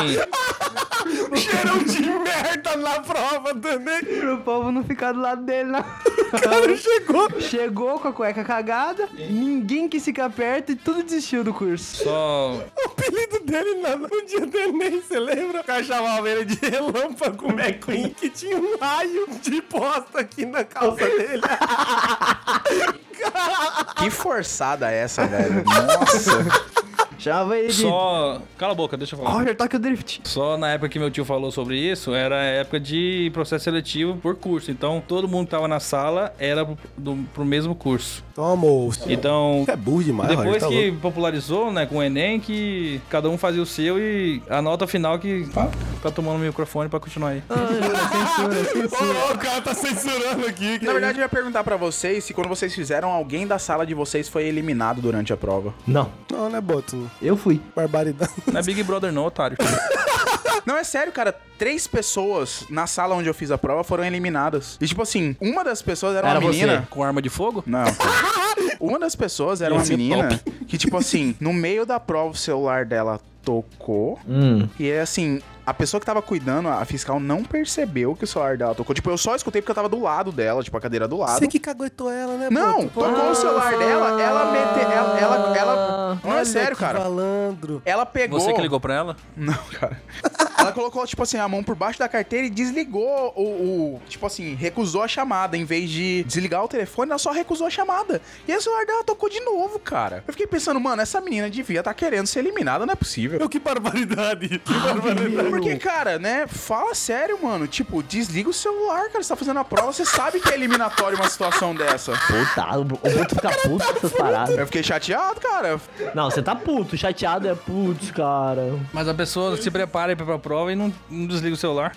[SPEAKER 1] Cheirão de merda na prova também.
[SPEAKER 5] Pro povo não ficar do lado dele, não.
[SPEAKER 1] Cara, chegou.
[SPEAKER 5] Chegou com a cueca cagada, ninguém quis ficar perto e tudo desistiu do curso.
[SPEAKER 2] Só
[SPEAKER 1] O apelido dele na- no dia do Enem, você lembra? O cara chamava ele de relâmpago
[SPEAKER 4] é
[SPEAKER 1] McQueen, que tinha um raio de bosta aqui na calça dele.
[SPEAKER 4] Que forçada é essa, velho? Nossa!
[SPEAKER 5] Chamava ele de
[SPEAKER 2] Só. Cala a boca, deixa eu falar.
[SPEAKER 5] Roger Toque o Drift.
[SPEAKER 2] Só na época que meu tio falou sobre isso, era a época de processo seletivo por curso. Então, todo mundo que tava na sala era pro, do- pro mesmo curso.
[SPEAKER 1] Toma, moço.
[SPEAKER 2] Então,
[SPEAKER 1] É burro demais, Roger,
[SPEAKER 2] depois
[SPEAKER 1] tá
[SPEAKER 2] que popularizou, né, com o Enem, que cada um fazia o seu e a nota final que tá tomando o microfone pra continuar aí.
[SPEAKER 1] Ô, o cara tá censurando aqui.
[SPEAKER 4] Na verdade, eu ia perguntar pra vocês se quando vocês fizeram, alguém da sala de vocês foi eliminado durante a prova.
[SPEAKER 3] Não.
[SPEAKER 1] Não, não é boto.
[SPEAKER 5] Eu fui.
[SPEAKER 1] Barbaridade.
[SPEAKER 2] Não é Big Brother não, otário.
[SPEAKER 4] Não, é sério, cara. Três pessoas na sala onde eu fiz a prova foram eliminadas. E, tipo assim, uma das pessoas era,
[SPEAKER 3] Era
[SPEAKER 4] uma
[SPEAKER 3] você.
[SPEAKER 4] menina.
[SPEAKER 2] com arma de fogo?
[SPEAKER 4] Não. Uma das pessoas era uma
[SPEAKER 2] Esse é
[SPEAKER 4] menina que, tipo assim, no meio da prova o celular dela tocou.
[SPEAKER 3] Hum.
[SPEAKER 4] E é assim, a pessoa que tava cuidando, a fiscal, não percebeu que o celular dela tocou. Tipo, eu só escutei porque eu tava do lado dela, tipo, a cadeira do lado.
[SPEAKER 1] Você que caguetou ela, né,
[SPEAKER 4] Não,
[SPEAKER 1] Boto?
[SPEAKER 4] tocou o celular dela, é ela meteu. Ela, ela, ela- Não, é
[SPEAKER 1] Ah, Olha
[SPEAKER 4] sério,
[SPEAKER 1] que
[SPEAKER 4] cara.
[SPEAKER 1] malandro.
[SPEAKER 4] Ela pegou.
[SPEAKER 2] Você que ligou pra ela?
[SPEAKER 4] Não, cara. Ela colocou, tipo assim, a mão por baixo da carteira e desligou o, o- Tipo assim, recusou a chamada. Em vez de desligar o telefone, ela só recusou a chamada. E aí o celular dela tocou de novo, cara. Eu fiquei pensando, mano, essa menina devia estar querendo ser eliminada, não é possível.
[SPEAKER 1] Que barbaridade. Que barbaridade.
[SPEAKER 4] Porque, cara, né? Fala sério, mano. Tipo, desliga o celular, cara. Você tá fazendo a prova, você sabe que é eliminatório uma situação dessa.
[SPEAKER 3] Puta, o, o puto fica
[SPEAKER 1] tá
[SPEAKER 3] puto com essas paradas.
[SPEAKER 4] Eu fiquei chateado, cara.
[SPEAKER 3] Não, você tá puto, chateado é putz, cara.
[SPEAKER 2] Mas a pessoa se prepara aí pra prova e não, não desliga o celular.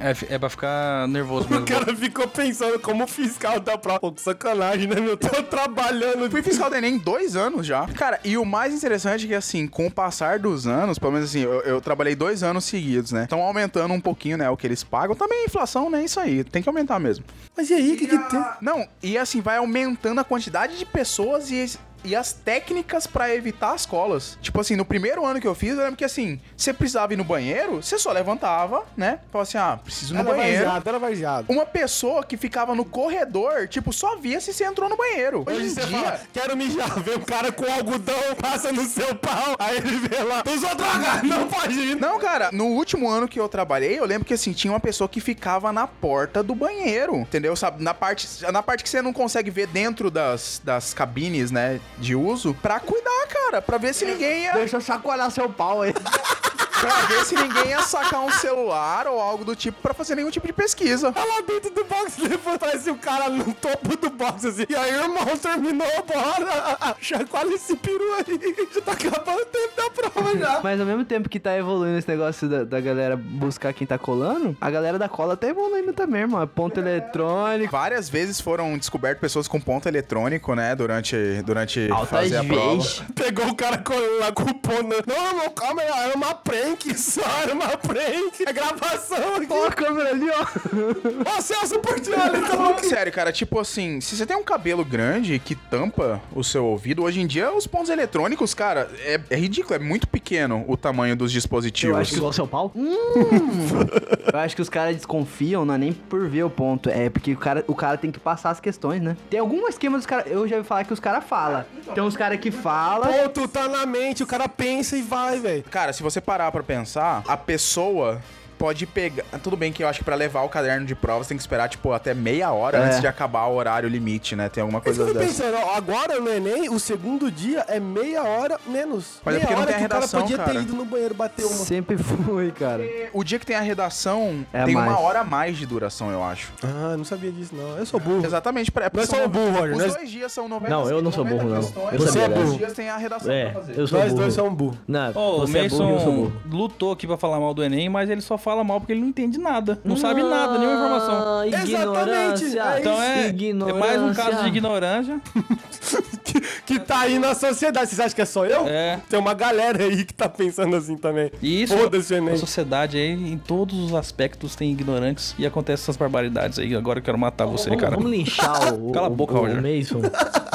[SPEAKER 2] é, fi- é pra ficar nervoso mesmo.
[SPEAKER 1] O cara ficou pensando como fiscal da prova. Pô, que sacanagem, né, meu? Tô trabalhando.
[SPEAKER 4] Fui fiscal do Enem dois anos já. Cara, e o mais interessante é que, assim, com o passar dos anos, pelo menos assim, eu, eu trabalhei dois anos seguidos, né? Então aumentando um pouquinho, né, o que eles pagam. Também a inflação, né? Isso aí, tem que aumentar mesmo.
[SPEAKER 1] Mas e aí, o que que tem?
[SPEAKER 4] Não, e assim, vai aumentando a quantidade de pessoas e. E as técnicas pra evitar as colas. Tipo assim, no primeiro ano que eu fiz, eu lembro que assim, você precisava ir no banheiro, você só levantava, né? Falava assim, ah, preciso ir no
[SPEAKER 1] Era
[SPEAKER 4] banheiro.
[SPEAKER 1] vazado, era vazado.
[SPEAKER 4] Uma pessoa que ficava no corredor, tipo, só via se você entrou no banheiro. Hoje em
[SPEAKER 1] Hoje você
[SPEAKER 4] dia,
[SPEAKER 1] fala, quero mijar, vê um cara com algodão, passa no seu pau, aí ele vê lá, tu usou droga, não pode ir.
[SPEAKER 4] Não, cara, no último ano que eu trabalhei, eu lembro que assim, tinha uma pessoa que ficava na porta do banheiro, entendeu? Sabe, na parte, na parte que você não consegue ver dentro das, das cabines, né, de uso, pra cuidar, cara, pra ver se ninguém ia,
[SPEAKER 5] Deixa eu chacoalhar seu pau aí.
[SPEAKER 4] pra ver se ninguém ia sacar um celular ou algo do tipo pra fazer nenhum tipo de pesquisa.
[SPEAKER 1] Tá lá dentro do box, levanta, parece o cara no topo do box, assim. E aí, irmão, terminou, bora. Chacoalha esse peru aí. Já tá acabando o tempo da prova já.
[SPEAKER 5] Mas ao mesmo tempo que tá evoluindo esse negócio da, da galera buscar quem tá colando, a galera da cola tá evoluindo também, mano. Ponto eletrônico.
[SPEAKER 4] Várias vezes foram descobertas pessoas com ponto eletrônico, né, durante durante fazer a prova.
[SPEAKER 1] Pegou o cara com, lá com o pão. na- Não, irmão, calma aí, ó, é uma prensa. prank, só era uma prank. A gravação aqui.
[SPEAKER 5] Ó a câmera ali, ó.
[SPEAKER 1] Ó, Celso Portioli, tá bom?
[SPEAKER 4] Falando sério, cara, tipo assim, se você tem um cabelo grande que tampa o seu ouvido, hoje em dia os pontos eletrônicos, cara, é, é ridículo, é muito pequeno o tamanho dos
[SPEAKER 3] Eu
[SPEAKER 4] dispositivos.
[SPEAKER 3] acho que igual seu pau.
[SPEAKER 1] Hum.
[SPEAKER 5] Eu acho que os caras desconfiam, não é nem por ver o ponto, é porque o cara, o cara tem que passar as questões, né? Tem algum esquema dos caras, eu já ouvi falar que os caras falam. Tem uns caras que falam,
[SPEAKER 1] Ponto, tá na mente, o cara pensa e vai, velho.
[SPEAKER 4] Cara, se você parar pra pensar, a pessoa pode pegar. ah, Tudo bem que eu acho que pra levar o caderno de prova você tem que esperar, tipo, até meia hora
[SPEAKER 5] É.
[SPEAKER 4] antes de acabar o horário limite, né? Tem alguma
[SPEAKER 1] Mas
[SPEAKER 4] coisa
[SPEAKER 1] eu tô
[SPEAKER 4] dessa.
[SPEAKER 1] pensando, ó, agora no Enem, o segundo dia é meia hora menos.
[SPEAKER 4] Mas é
[SPEAKER 1] meia
[SPEAKER 4] porque não
[SPEAKER 1] hora
[SPEAKER 4] tem a
[SPEAKER 1] que
[SPEAKER 4] redação,
[SPEAKER 1] o cara podia
[SPEAKER 4] cara.
[SPEAKER 1] ter ido no banheiro bater uma.
[SPEAKER 5] sempre fui, cara.
[SPEAKER 4] O dia que tem a redação
[SPEAKER 5] É
[SPEAKER 4] tem
[SPEAKER 5] mais.
[SPEAKER 4] uma hora a mais de duração, eu acho.
[SPEAKER 1] Ah, não sabia disso, não. Eu sou burro.
[SPEAKER 4] Exatamente, pra,
[SPEAKER 3] é
[SPEAKER 1] Nós somos burros, Roger.
[SPEAKER 4] Os
[SPEAKER 1] Nós-
[SPEAKER 4] dois dias são 90
[SPEAKER 3] Não, eu não sou
[SPEAKER 4] 90
[SPEAKER 3] burro, não.
[SPEAKER 4] questões,
[SPEAKER 3] Eu
[SPEAKER 1] Você é
[SPEAKER 4] os
[SPEAKER 1] burro.
[SPEAKER 4] dias tem a redação
[SPEAKER 3] É,
[SPEAKER 4] pra fazer.
[SPEAKER 3] eu sou
[SPEAKER 1] Nós
[SPEAKER 3] burro.
[SPEAKER 1] dois somos burros.
[SPEAKER 3] Não,
[SPEAKER 2] Ó, o
[SPEAKER 3] você é burro e eu sou
[SPEAKER 2] Mason
[SPEAKER 3] burro.
[SPEAKER 2] lutou aqui pra falar mal do Enem, mas ele só fala mal porque ele não entende nada. Não sabe nada, nenhuma informação.
[SPEAKER 3] Ah,
[SPEAKER 1] Exatamente,
[SPEAKER 3] ignorância.
[SPEAKER 1] é
[SPEAKER 2] Então é, é mais um caso de
[SPEAKER 3] ignorância.
[SPEAKER 2] ignorância.
[SPEAKER 1] que, que tá aí na sociedade. Vocês acham que é só eu?
[SPEAKER 2] É.
[SPEAKER 1] Tem uma galera aí que tá pensando assim também.
[SPEAKER 2] E isso,
[SPEAKER 1] Foda-se, né?
[SPEAKER 2] a
[SPEAKER 1] Enem.
[SPEAKER 2] sociedade aí, em todos os aspectos, tem ignorantes e acontece essas barbaridades aí. Agora eu quero matar você,
[SPEAKER 3] Vamos,
[SPEAKER 2] cara.
[SPEAKER 3] vamos linchar o,
[SPEAKER 2] Cala a
[SPEAKER 3] o-
[SPEAKER 2] boca,
[SPEAKER 3] o, o
[SPEAKER 2] Roger.
[SPEAKER 3] Mason.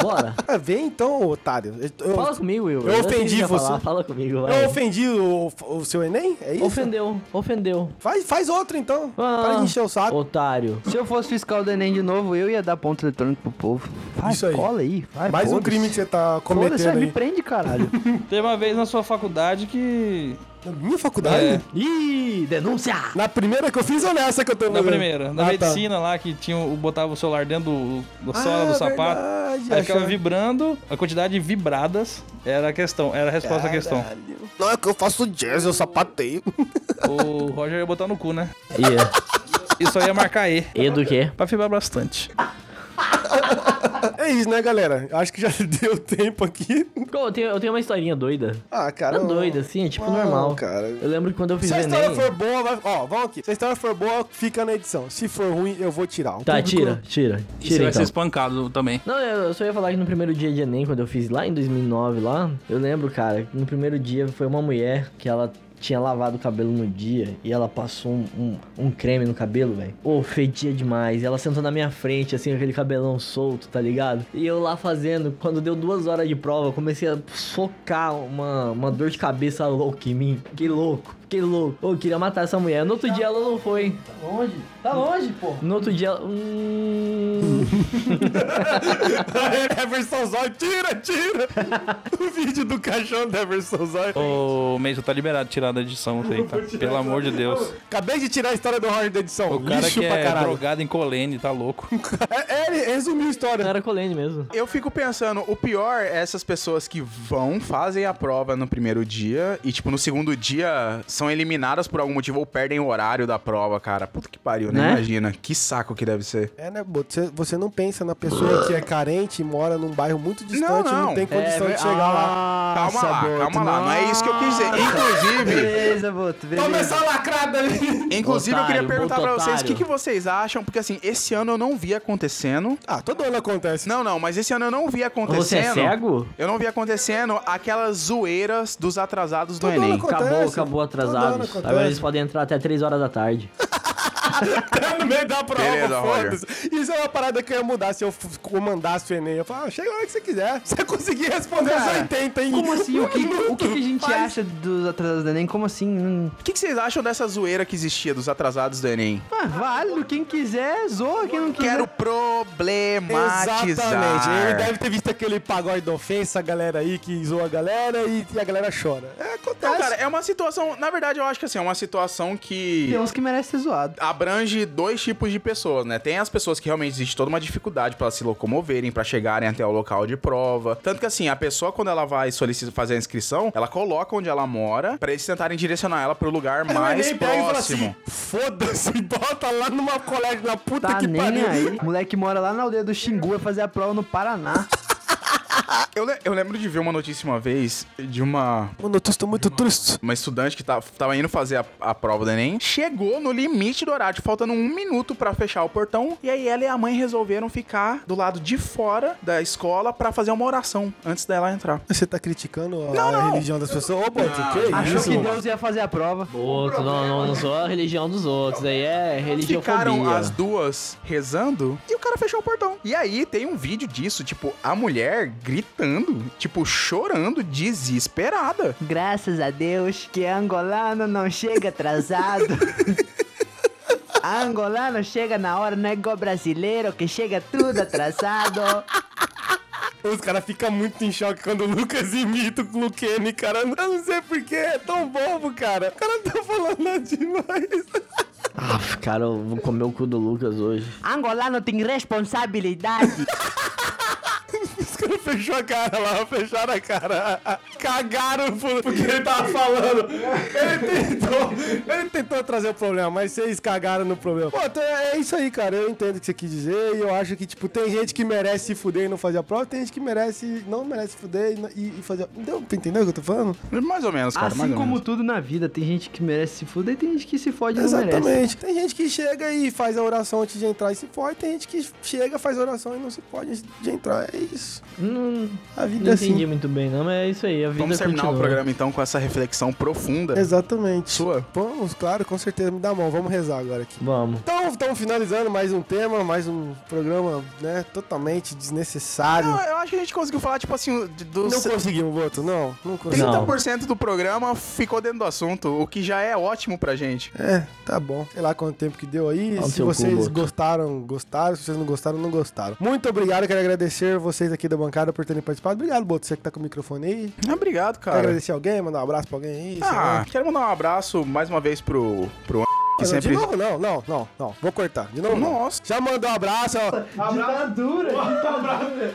[SPEAKER 3] Bora.
[SPEAKER 1] Ah, vem então, otário. Eu, eu-
[SPEAKER 3] Fala comigo, Will.
[SPEAKER 1] Eu ofendi você.
[SPEAKER 3] Falar. Fala comigo,
[SPEAKER 1] eu
[SPEAKER 3] vai.
[SPEAKER 1] ofendi o, o seu Enem? É isso?
[SPEAKER 3] Ofendeu, ofendeu.
[SPEAKER 1] Faz, faz outro então.
[SPEAKER 3] Ah,
[SPEAKER 1] Para de encher o saco.
[SPEAKER 3] Otário.
[SPEAKER 5] Se eu fosse fiscal do Enem de novo, eu ia dar ponto eletrônico pro povo. Vai,
[SPEAKER 1] Isso aí.
[SPEAKER 5] cola aí, vai,
[SPEAKER 1] Mais um
[SPEAKER 5] foda-se.
[SPEAKER 1] crime que você tá
[SPEAKER 5] Foda-se, é
[SPEAKER 1] cometendo
[SPEAKER 5] me
[SPEAKER 1] aí.
[SPEAKER 5] prende, caralho.
[SPEAKER 2] Teve uma vez na sua faculdade que.
[SPEAKER 1] Na minha faculdade?
[SPEAKER 2] É.
[SPEAKER 3] Ih, denúncia!
[SPEAKER 1] Na primeira que eu fiz ou nessa que eu tô
[SPEAKER 2] Na
[SPEAKER 1] fazendo?
[SPEAKER 2] primeira, na
[SPEAKER 1] Ah,
[SPEAKER 2] medicina lá, que tinha, o- botava o celular dentro do, do
[SPEAKER 1] tá.
[SPEAKER 2] sola do
[SPEAKER 1] Ah,
[SPEAKER 2] sapato.
[SPEAKER 1] verdade,
[SPEAKER 2] Aí ficava
[SPEAKER 1] achava.
[SPEAKER 2] vibrando, a quantidade de vibradas era a questão, era a resposta à questão.
[SPEAKER 1] Não, é que eu faço jazz, eu sapateio.
[SPEAKER 2] O Roger ia botar no cu, né?
[SPEAKER 3] Ia.
[SPEAKER 2] Isso aí ia marcar E.
[SPEAKER 3] E do quê?
[SPEAKER 2] Pra fibrar bastante.
[SPEAKER 1] É isso, né, galera? Acho que já deu tempo aqui.
[SPEAKER 3] Pô, Eu tenho, eu tenho uma historinha doida.
[SPEAKER 1] Ah, cara.
[SPEAKER 3] Não é
[SPEAKER 1] eu-
[SPEAKER 3] doida, assim, é tipo
[SPEAKER 1] Não,
[SPEAKER 3] normal.
[SPEAKER 1] Ah, cara.
[SPEAKER 3] Eu lembro que quando eu fiz
[SPEAKER 1] Se a
[SPEAKER 3] o
[SPEAKER 1] história
[SPEAKER 3] Enem...
[SPEAKER 1] for boa, vai... ó, vamos aqui. Se a história for boa, fica na edição. Se for ruim, eu vou tirar. O
[SPEAKER 3] Tá,
[SPEAKER 1] público-
[SPEAKER 3] tira, tira.
[SPEAKER 2] E você
[SPEAKER 3] Tira
[SPEAKER 2] vai ser
[SPEAKER 3] então.
[SPEAKER 2] espancado também.
[SPEAKER 3] Não, eu eu só ia falar que no primeiro dia de Enem, quando eu fiz lá em 2009 lá, eu lembro, cara, que no primeiro dia foi uma mulher que ela tinha lavado o cabelo no dia e ela passou um, um, um creme no cabelo, velho. Ô, fedia demais. Ela sentou na minha frente, assim, com aquele cabelão solto, tá ligado? E eu lá fazendo, quando deu duas horas de prova, eu comecei a socar uma, uma dor de cabeça louca em mim. Fiquei louco, fiquei louco. Ô, eu queria matar essa mulher. No outro dia ela não foi. Tá longe, tá longe, pô. No outro dia ela. Hum...
[SPEAKER 1] É, Everson Zóio, tira, tira! o vídeo do caixão da Everson Zóio.
[SPEAKER 2] Ô, Mason, tá liberado tirar da edição isso aí, tá? Pelo amor de Deus.
[SPEAKER 1] Acabei de tirar a história do Roger da edição.
[SPEAKER 2] O cara
[SPEAKER 1] Lixo
[SPEAKER 2] que
[SPEAKER 1] pra
[SPEAKER 2] é
[SPEAKER 1] caralho.
[SPEAKER 2] drogado em colene, tá louco.
[SPEAKER 1] É, é, ele resumiu a
[SPEAKER 3] Não
[SPEAKER 1] história.
[SPEAKER 3] era colene mesmo.
[SPEAKER 4] Eu fico pensando, o pior é essas pessoas que vão, fazem a prova no primeiro dia e, tipo, no segundo dia são eliminadas por algum motivo ou perdem o horário da prova, cara. Puta que pariu, né?
[SPEAKER 5] Né?
[SPEAKER 4] Imagina, que saco que deve ser.
[SPEAKER 1] É, né, Boto? Você, você não pensa na pessoa que é carente e mora num bairro muito distante e não
[SPEAKER 4] não.
[SPEAKER 5] É,
[SPEAKER 1] tem condição de chegar
[SPEAKER 5] Ah.
[SPEAKER 1] lá.
[SPEAKER 4] Calma lá, calma lá, não é isso que eu quis dizer. Inclusive,
[SPEAKER 5] beleza, Boto, beleza.
[SPEAKER 1] lacrada ali!
[SPEAKER 4] inclusive eu
[SPEAKER 3] Otário,
[SPEAKER 4] queria perguntar pra
[SPEAKER 3] muito
[SPEAKER 4] vocês o que,
[SPEAKER 3] otário.
[SPEAKER 4] que vocês acham, porque assim, esse ano eu não vi acontecendo.
[SPEAKER 1] Ah, todo ano acontece.
[SPEAKER 4] Não, não, mas esse ano eu não vi acontecendo.
[SPEAKER 3] Você é cego?
[SPEAKER 4] Eu não vi acontecendo aquelas zoeiras dos atrasados do
[SPEAKER 1] Todo ano
[SPEAKER 4] Enem.
[SPEAKER 1] acontece.
[SPEAKER 3] Acabou, acabou
[SPEAKER 1] Todo ano
[SPEAKER 3] atrasados.
[SPEAKER 5] Tá
[SPEAKER 1] acontece.
[SPEAKER 3] Agora eles podem entrar até 3 horas da tarde.
[SPEAKER 1] Tá no meio da prova,
[SPEAKER 4] Beleza, Roger.
[SPEAKER 1] foda-se. Isso é uma parada que eu ia mudar se eu f- comandasse o Enem. Eu falava, ah, chega a hora que você quiser. Se você conseguir responder as
[SPEAKER 5] Cara,
[SPEAKER 1] 80 em
[SPEAKER 5] Como assim? O que,
[SPEAKER 1] um
[SPEAKER 5] o que, que a gente
[SPEAKER 1] minuto, faz-
[SPEAKER 5] acha dos atrasados do Enem? Como assim? Hum.
[SPEAKER 4] O que, que vocês acham dessa zoeira que existia dos atrasados do Enem?
[SPEAKER 5] Ah, válido, quem quiser, zoa, quem não quiser.
[SPEAKER 4] Quero problematizar.
[SPEAKER 1] Exatamente. Ele deve ter visto aquele pagode da ofensa, a galera aí que zoa a galera e, e a galera chora. É, acontece.
[SPEAKER 4] Não, cara, é uma situação... Na verdade, eu acho que assim, é uma situação que...
[SPEAKER 5] Tem uns que merecem ser zoado.
[SPEAKER 4] abrange dois tipos de pessoas, né? Tem as pessoas que realmente existe toda uma dificuldade para se locomoverem, para chegarem até o local de prova. Tanto que assim, a pessoa quando ela vai solicita fazer a inscrição, ela coloca onde ela mora para eles tentarem direcionar ela pro lugar
[SPEAKER 1] Mas
[SPEAKER 4] mais
[SPEAKER 1] nem pega e fala
[SPEAKER 4] próximo.
[SPEAKER 1] assim, Foda-se, bota lá numa colégio na puta
[SPEAKER 5] Tá
[SPEAKER 1] que
[SPEAKER 5] nem
[SPEAKER 1] pariu.
[SPEAKER 5] aí. Moleque mora lá na aldeia do Xingu vai fazer a prova no Paraná.
[SPEAKER 4] "Ah, Eu, le- eu lembro de ver uma notícia uma vez de uma,
[SPEAKER 1] Mano, eu tô muito triste.
[SPEAKER 4] uma estudante que tá- tava indo fazer a, a prova do Enem. Chegou no limite do horário, faltando um minuto pra fechar o portão. E aí ela e a mãe resolveram ficar do lado de fora da escola pra fazer uma oração antes dela entrar.
[SPEAKER 1] Você tá criticando a
[SPEAKER 4] Não, não.
[SPEAKER 1] religião das pessoas? Ô, Boto, que
[SPEAKER 5] Achou
[SPEAKER 1] isso?
[SPEAKER 5] que Deus ia fazer a prova.
[SPEAKER 3] Outro, não, não, não sou a religião dos outros. Aí é
[SPEAKER 4] Ficaram
[SPEAKER 3] religiofobia.
[SPEAKER 4] as duas rezando e o cara fechou o portão. E aí tem um vídeo disso, tipo, a mulher gritando, tipo, chorando, desesperada.
[SPEAKER 5] Graças a Deus que angolano não chega atrasado. angolano chega na hora, não é igual brasileiro que chega tudo atrasado.
[SPEAKER 1] Os caras ficam muito em choque quando o Lucas imita o Luquene, cara. Eu não sei porquê, é tão bobo, cara. O cara tá falando nada demais.
[SPEAKER 3] Ah, cara, eu vou comer o cu do Lucas hoje.
[SPEAKER 5] Angolano tem responsabilidade.
[SPEAKER 1] Os caras fechou a cara lá, fecharam a cara. Cagaram por- porque ele tava falando. Ele tentou, ele tentou trazer o problema, mas vocês cagaram no problema. Pô, então é isso aí, cara. Eu entendo o que você quis dizer e eu acho que, tipo, tem gente que merece se fuder e não fazer a prova, tem gente que merece, não merece se fuder e não- e, e fazer. Entendeu? Entendeu o que eu tô falando?
[SPEAKER 4] Mais ou menos, cara. mais
[SPEAKER 5] Assim
[SPEAKER 4] ou
[SPEAKER 5] como
[SPEAKER 4] menos.
[SPEAKER 5] tudo na vida, tem gente que merece se fuder e tem gente que se fode e não merece.
[SPEAKER 1] Exatamente. Tem gente que chega e faz a oração antes de entrar e se pode. Tem gente que chega, faz a oração e não se pode antes de entrar. É isso.
[SPEAKER 3] Não, não
[SPEAKER 1] A vida é
[SPEAKER 3] entendi
[SPEAKER 1] assim.
[SPEAKER 3] muito bem, não, mas é isso aí. A vida
[SPEAKER 4] Vamos terminar
[SPEAKER 3] continua.
[SPEAKER 4] o programa então com essa reflexão profunda.
[SPEAKER 1] Exatamente.
[SPEAKER 4] Sua.
[SPEAKER 1] Vamos, claro, com certeza. Me dá a mão. Vamos rezar agora aqui.
[SPEAKER 3] Vamos.
[SPEAKER 1] Então, estamos finalizando mais um tema, mais um programa, né, totalmente desnecessário.
[SPEAKER 4] Não, eu acho que a gente conseguiu falar, tipo assim, de-
[SPEAKER 1] Não,
[SPEAKER 4] dos
[SPEAKER 1] conseguimos, Boto, não. Não conseguimos.
[SPEAKER 4] 30% do programa ficou dentro do assunto, o que já é ótimo pra gente.
[SPEAKER 1] É, tá bom. Sei lá quanto tempo que deu aí.
[SPEAKER 3] Fala
[SPEAKER 1] se
[SPEAKER 3] seu cu,
[SPEAKER 1] vocês
[SPEAKER 3] Boto.
[SPEAKER 1] gostaram, gostaram. Se vocês não gostaram, não gostaram. Muito obrigado, quero agradecer vocês aqui da bancada por terem participado. Obrigado, Boto, você que tá com o microfone aí.
[SPEAKER 4] Ah, Obrigado,
[SPEAKER 1] Quer
[SPEAKER 4] cara.
[SPEAKER 1] agradecer alguém, mandar um abraço pra alguém aí? sei lá.
[SPEAKER 4] Ah, quero mandar um abraço mais uma vez pro, pro que
[SPEAKER 1] Não,
[SPEAKER 4] sempre.
[SPEAKER 1] De novo, não, não, não, não. Vou cortar. De novo, não.
[SPEAKER 4] Nossa.
[SPEAKER 1] Já mandou um abraço. ó.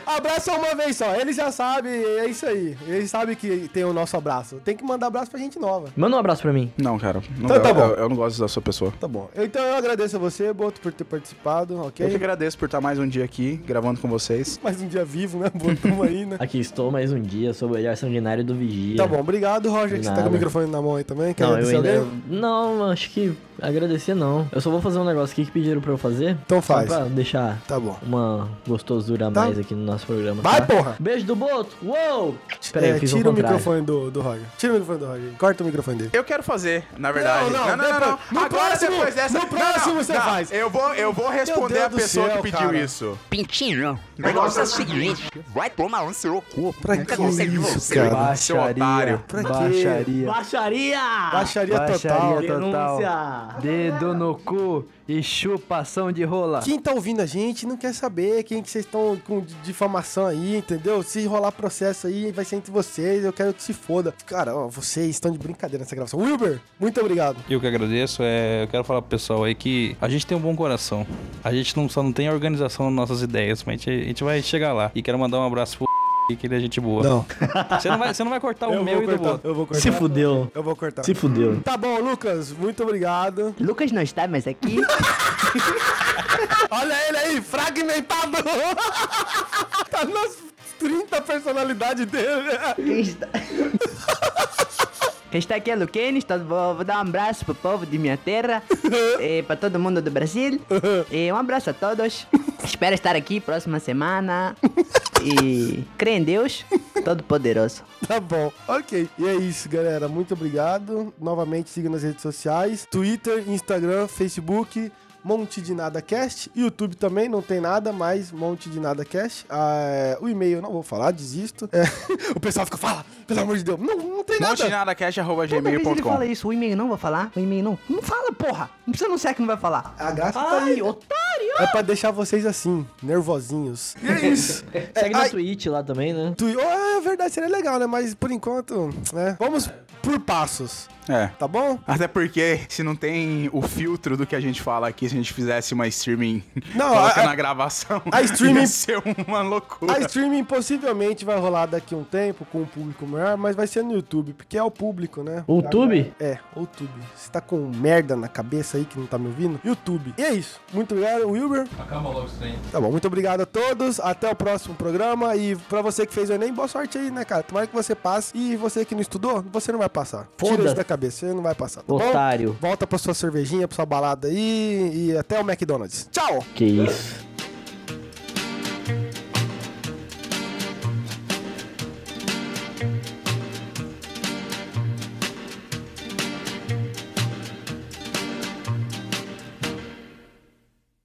[SPEAKER 1] Abraço uma vez só. Ele já sabe, é isso aí. Ele sabe que tem o nosso abraço. Tem que mandar abraço pra gente nova.
[SPEAKER 3] Manda um abraço pra mim.
[SPEAKER 4] Não, cara. Não
[SPEAKER 1] Então
[SPEAKER 4] dá,
[SPEAKER 1] tá bom.
[SPEAKER 4] Eu, eu não gosto da sua pessoa.
[SPEAKER 1] Tá bom. Então eu agradeço a você, Boto, por ter participado, ok?
[SPEAKER 4] Eu que agradeço por estar mais um dia aqui gravando com vocês.
[SPEAKER 1] Mais um dia vivo, né, Boto? Tamo aí, né?
[SPEAKER 3] Aqui estou mais um dia, sou o melhor sanguinário do Vigia.
[SPEAKER 1] Tá bom, obrigado, Roger, que você tá
[SPEAKER 3] Nada.
[SPEAKER 1] com o microfone na mão aí também. Quer
[SPEAKER 3] Não, eu
[SPEAKER 1] agradecer
[SPEAKER 3] ainda.
[SPEAKER 1] alguém?
[SPEAKER 3] Não, acho que agradecer não. Eu só vou fazer um negócio aqui que pediram pra eu fazer.
[SPEAKER 1] Então faz.
[SPEAKER 3] Só pra deixar
[SPEAKER 1] Tá bom.
[SPEAKER 3] uma gostosura a
[SPEAKER 1] Tá.
[SPEAKER 3] mais aqui no nosso programa.
[SPEAKER 1] Vai,
[SPEAKER 3] tá?
[SPEAKER 1] porra!
[SPEAKER 3] Beijo do Boto! Uou! Pera aí,
[SPEAKER 1] É,
[SPEAKER 3] eu fiz
[SPEAKER 1] tira
[SPEAKER 3] o
[SPEAKER 1] o
[SPEAKER 3] contrário.
[SPEAKER 1] microfone do, do Roger. Tira o microfone do Roger. Corta o microfone dele.
[SPEAKER 4] Eu quero fazer, na verdade.
[SPEAKER 1] Não, não, depois- no
[SPEAKER 4] Agora
[SPEAKER 1] próximo-
[SPEAKER 4] depois dessa.
[SPEAKER 1] no próximo você faz.
[SPEAKER 4] Eu vou, eu vou responder
[SPEAKER 1] Deus
[SPEAKER 4] a
[SPEAKER 1] do
[SPEAKER 4] pessoa
[SPEAKER 1] céu,
[SPEAKER 4] que pediu
[SPEAKER 1] cara.
[SPEAKER 4] isso.
[SPEAKER 8] Pintinho, o negócio é o seguinte: vai tomar um seu cu.
[SPEAKER 1] Pra
[SPEAKER 8] Nunca
[SPEAKER 1] que
[SPEAKER 8] gostei de
[SPEAKER 1] isso,
[SPEAKER 8] você.
[SPEAKER 1] cara?
[SPEAKER 4] Seu otário.
[SPEAKER 5] Baixaria.
[SPEAKER 1] Pra quê?
[SPEAKER 5] Baixaria.
[SPEAKER 3] Baixaria!
[SPEAKER 1] Baixaria, total.
[SPEAKER 5] Baixaria total.
[SPEAKER 3] Denúncia!
[SPEAKER 5] Dedo no cu e chupação de rola.
[SPEAKER 1] Quem tá ouvindo a gente não quer saber quem que vocês estão com di- difamação aí, entendeu? Se rolar processo aí, vai ser entre vocês, eu quero que se foda. Cara, ó, vocês estão de brincadeira nessa gravação. Wilber, muito obrigado.
[SPEAKER 2] Eu que agradeço, é, eu quero falar pro pessoal aí que a gente tem um bom coração. A gente não, só não tem organização nas nossas ideias, mas a gente, a gente vai chegar lá. E quero mandar um abraço pro que ele é gente boa.
[SPEAKER 1] Não,
[SPEAKER 2] Você não vai, você não vai cortar o meu e do outro.
[SPEAKER 1] eu vou cortar.
[SPEAKER 3] Se fudeu.
[SPEAKER 1] Eu vou cortar.
[SPEAKER 3] Se fudeu.
[SPEAKER 1] Tá bom, Lucas, muito obrigado.
[SPEAKER 5] Lucas não está mais aqui.
[SPEAKER 1] Olha ele aí, fragmentado! tá nas 30 personalidades dele.
[SPEAKER 5] Quem está... Quem está aqui é Luquenes, tá- vou, vou dar um abraço pro povo de minha terra, e pra todo mundo do Brasil. E um abraço a todos. Espero estar aqui próxima semana. E creio em Deus, Todo-Poderoso.
[SPEAKER 1] Tá bom, ok. E é isso, galera. Muito obrigado. Novamente, siga nas redes sociais: Twitter, Instagram, Facebook. Monte de Nada Cast, YouTube também não tem nada, mas Monte de Nada Cast. Ah, é, o e-mail eu não vou falar, desisto. É, o pessoal fica, fala, pelo amor de Deus, não, não tem nada.
[SPEAKER 5] Toda vez ele
[SPEAKER 4] Montenadacast.gmail.com
[SPEAKER 5] fala isso, o e-mail não vou falar, o e-mail não. Não fala, porra! Não precisa anunciar que não vai falar.
[SPEAKER 1] A graça tá aí.
[SPEAKER 5] Ai, otário!
[SPEAKER 1] É pra deixar vocês assim, nervosinhos. E é isso.
[SPEAKER 3] Segue na
[SPEAKER 1] ai.
[SPEAKER 3] Twitch lá também, né?
[SPEAKER 1] Tu- oh, é verdade, seria legal, né? Mas por enquanto, né? Vamos por passos,
[SPEAKER 4] É.
[SPEAKER 1] tá bom?
[SPEAKER 4] Até porque, se não tem o filtro do que a gente fala aqui, se a gente fizesse uma streaming
[SPEAKER 1] Não,
[SPEAKER 4] coloca
[SPEAKER 1] a-
[SPEAKER 4] na gravação,
[SPEAKER 1] a streaming-
[SPEAKER 4] ia ser uma loucura.
[SPEAKER 1] A streaming possivelmente vai rolar daqui a um tempo com um público maior, mas vai ser no YouTube, porque é o público, né?
[SPEAKER 3] O YouTube?
[SPEAKER 1] É, o YouTube. Você tá com merda na cabeça aí que não tá me ouvindo? YouTube. E é isso. Muito obrigado, Wilber. youtuber.
[SPEAKER 2] Acaba logo isso aí.
[SPEAKER 1] Tá bom, muito obrigado a todos. Até o próximo programa. E pra você que fez o Enem, boa sorte aí, né, cara? Tomara que você passe. E você que não estudou, você não vai passar. Tira
[SPEAKER 3] Foda-se.
[SPEAKER 1] isso da cabeça, você não vai passar. Tá
[SPEAKER 3] Otário.
[SPEAKER 1] Bom? Volta pra sua cervejinha, pra sua balada aí. E até o McDonald's. Tchau!
[SPEAKER 3] Que isso.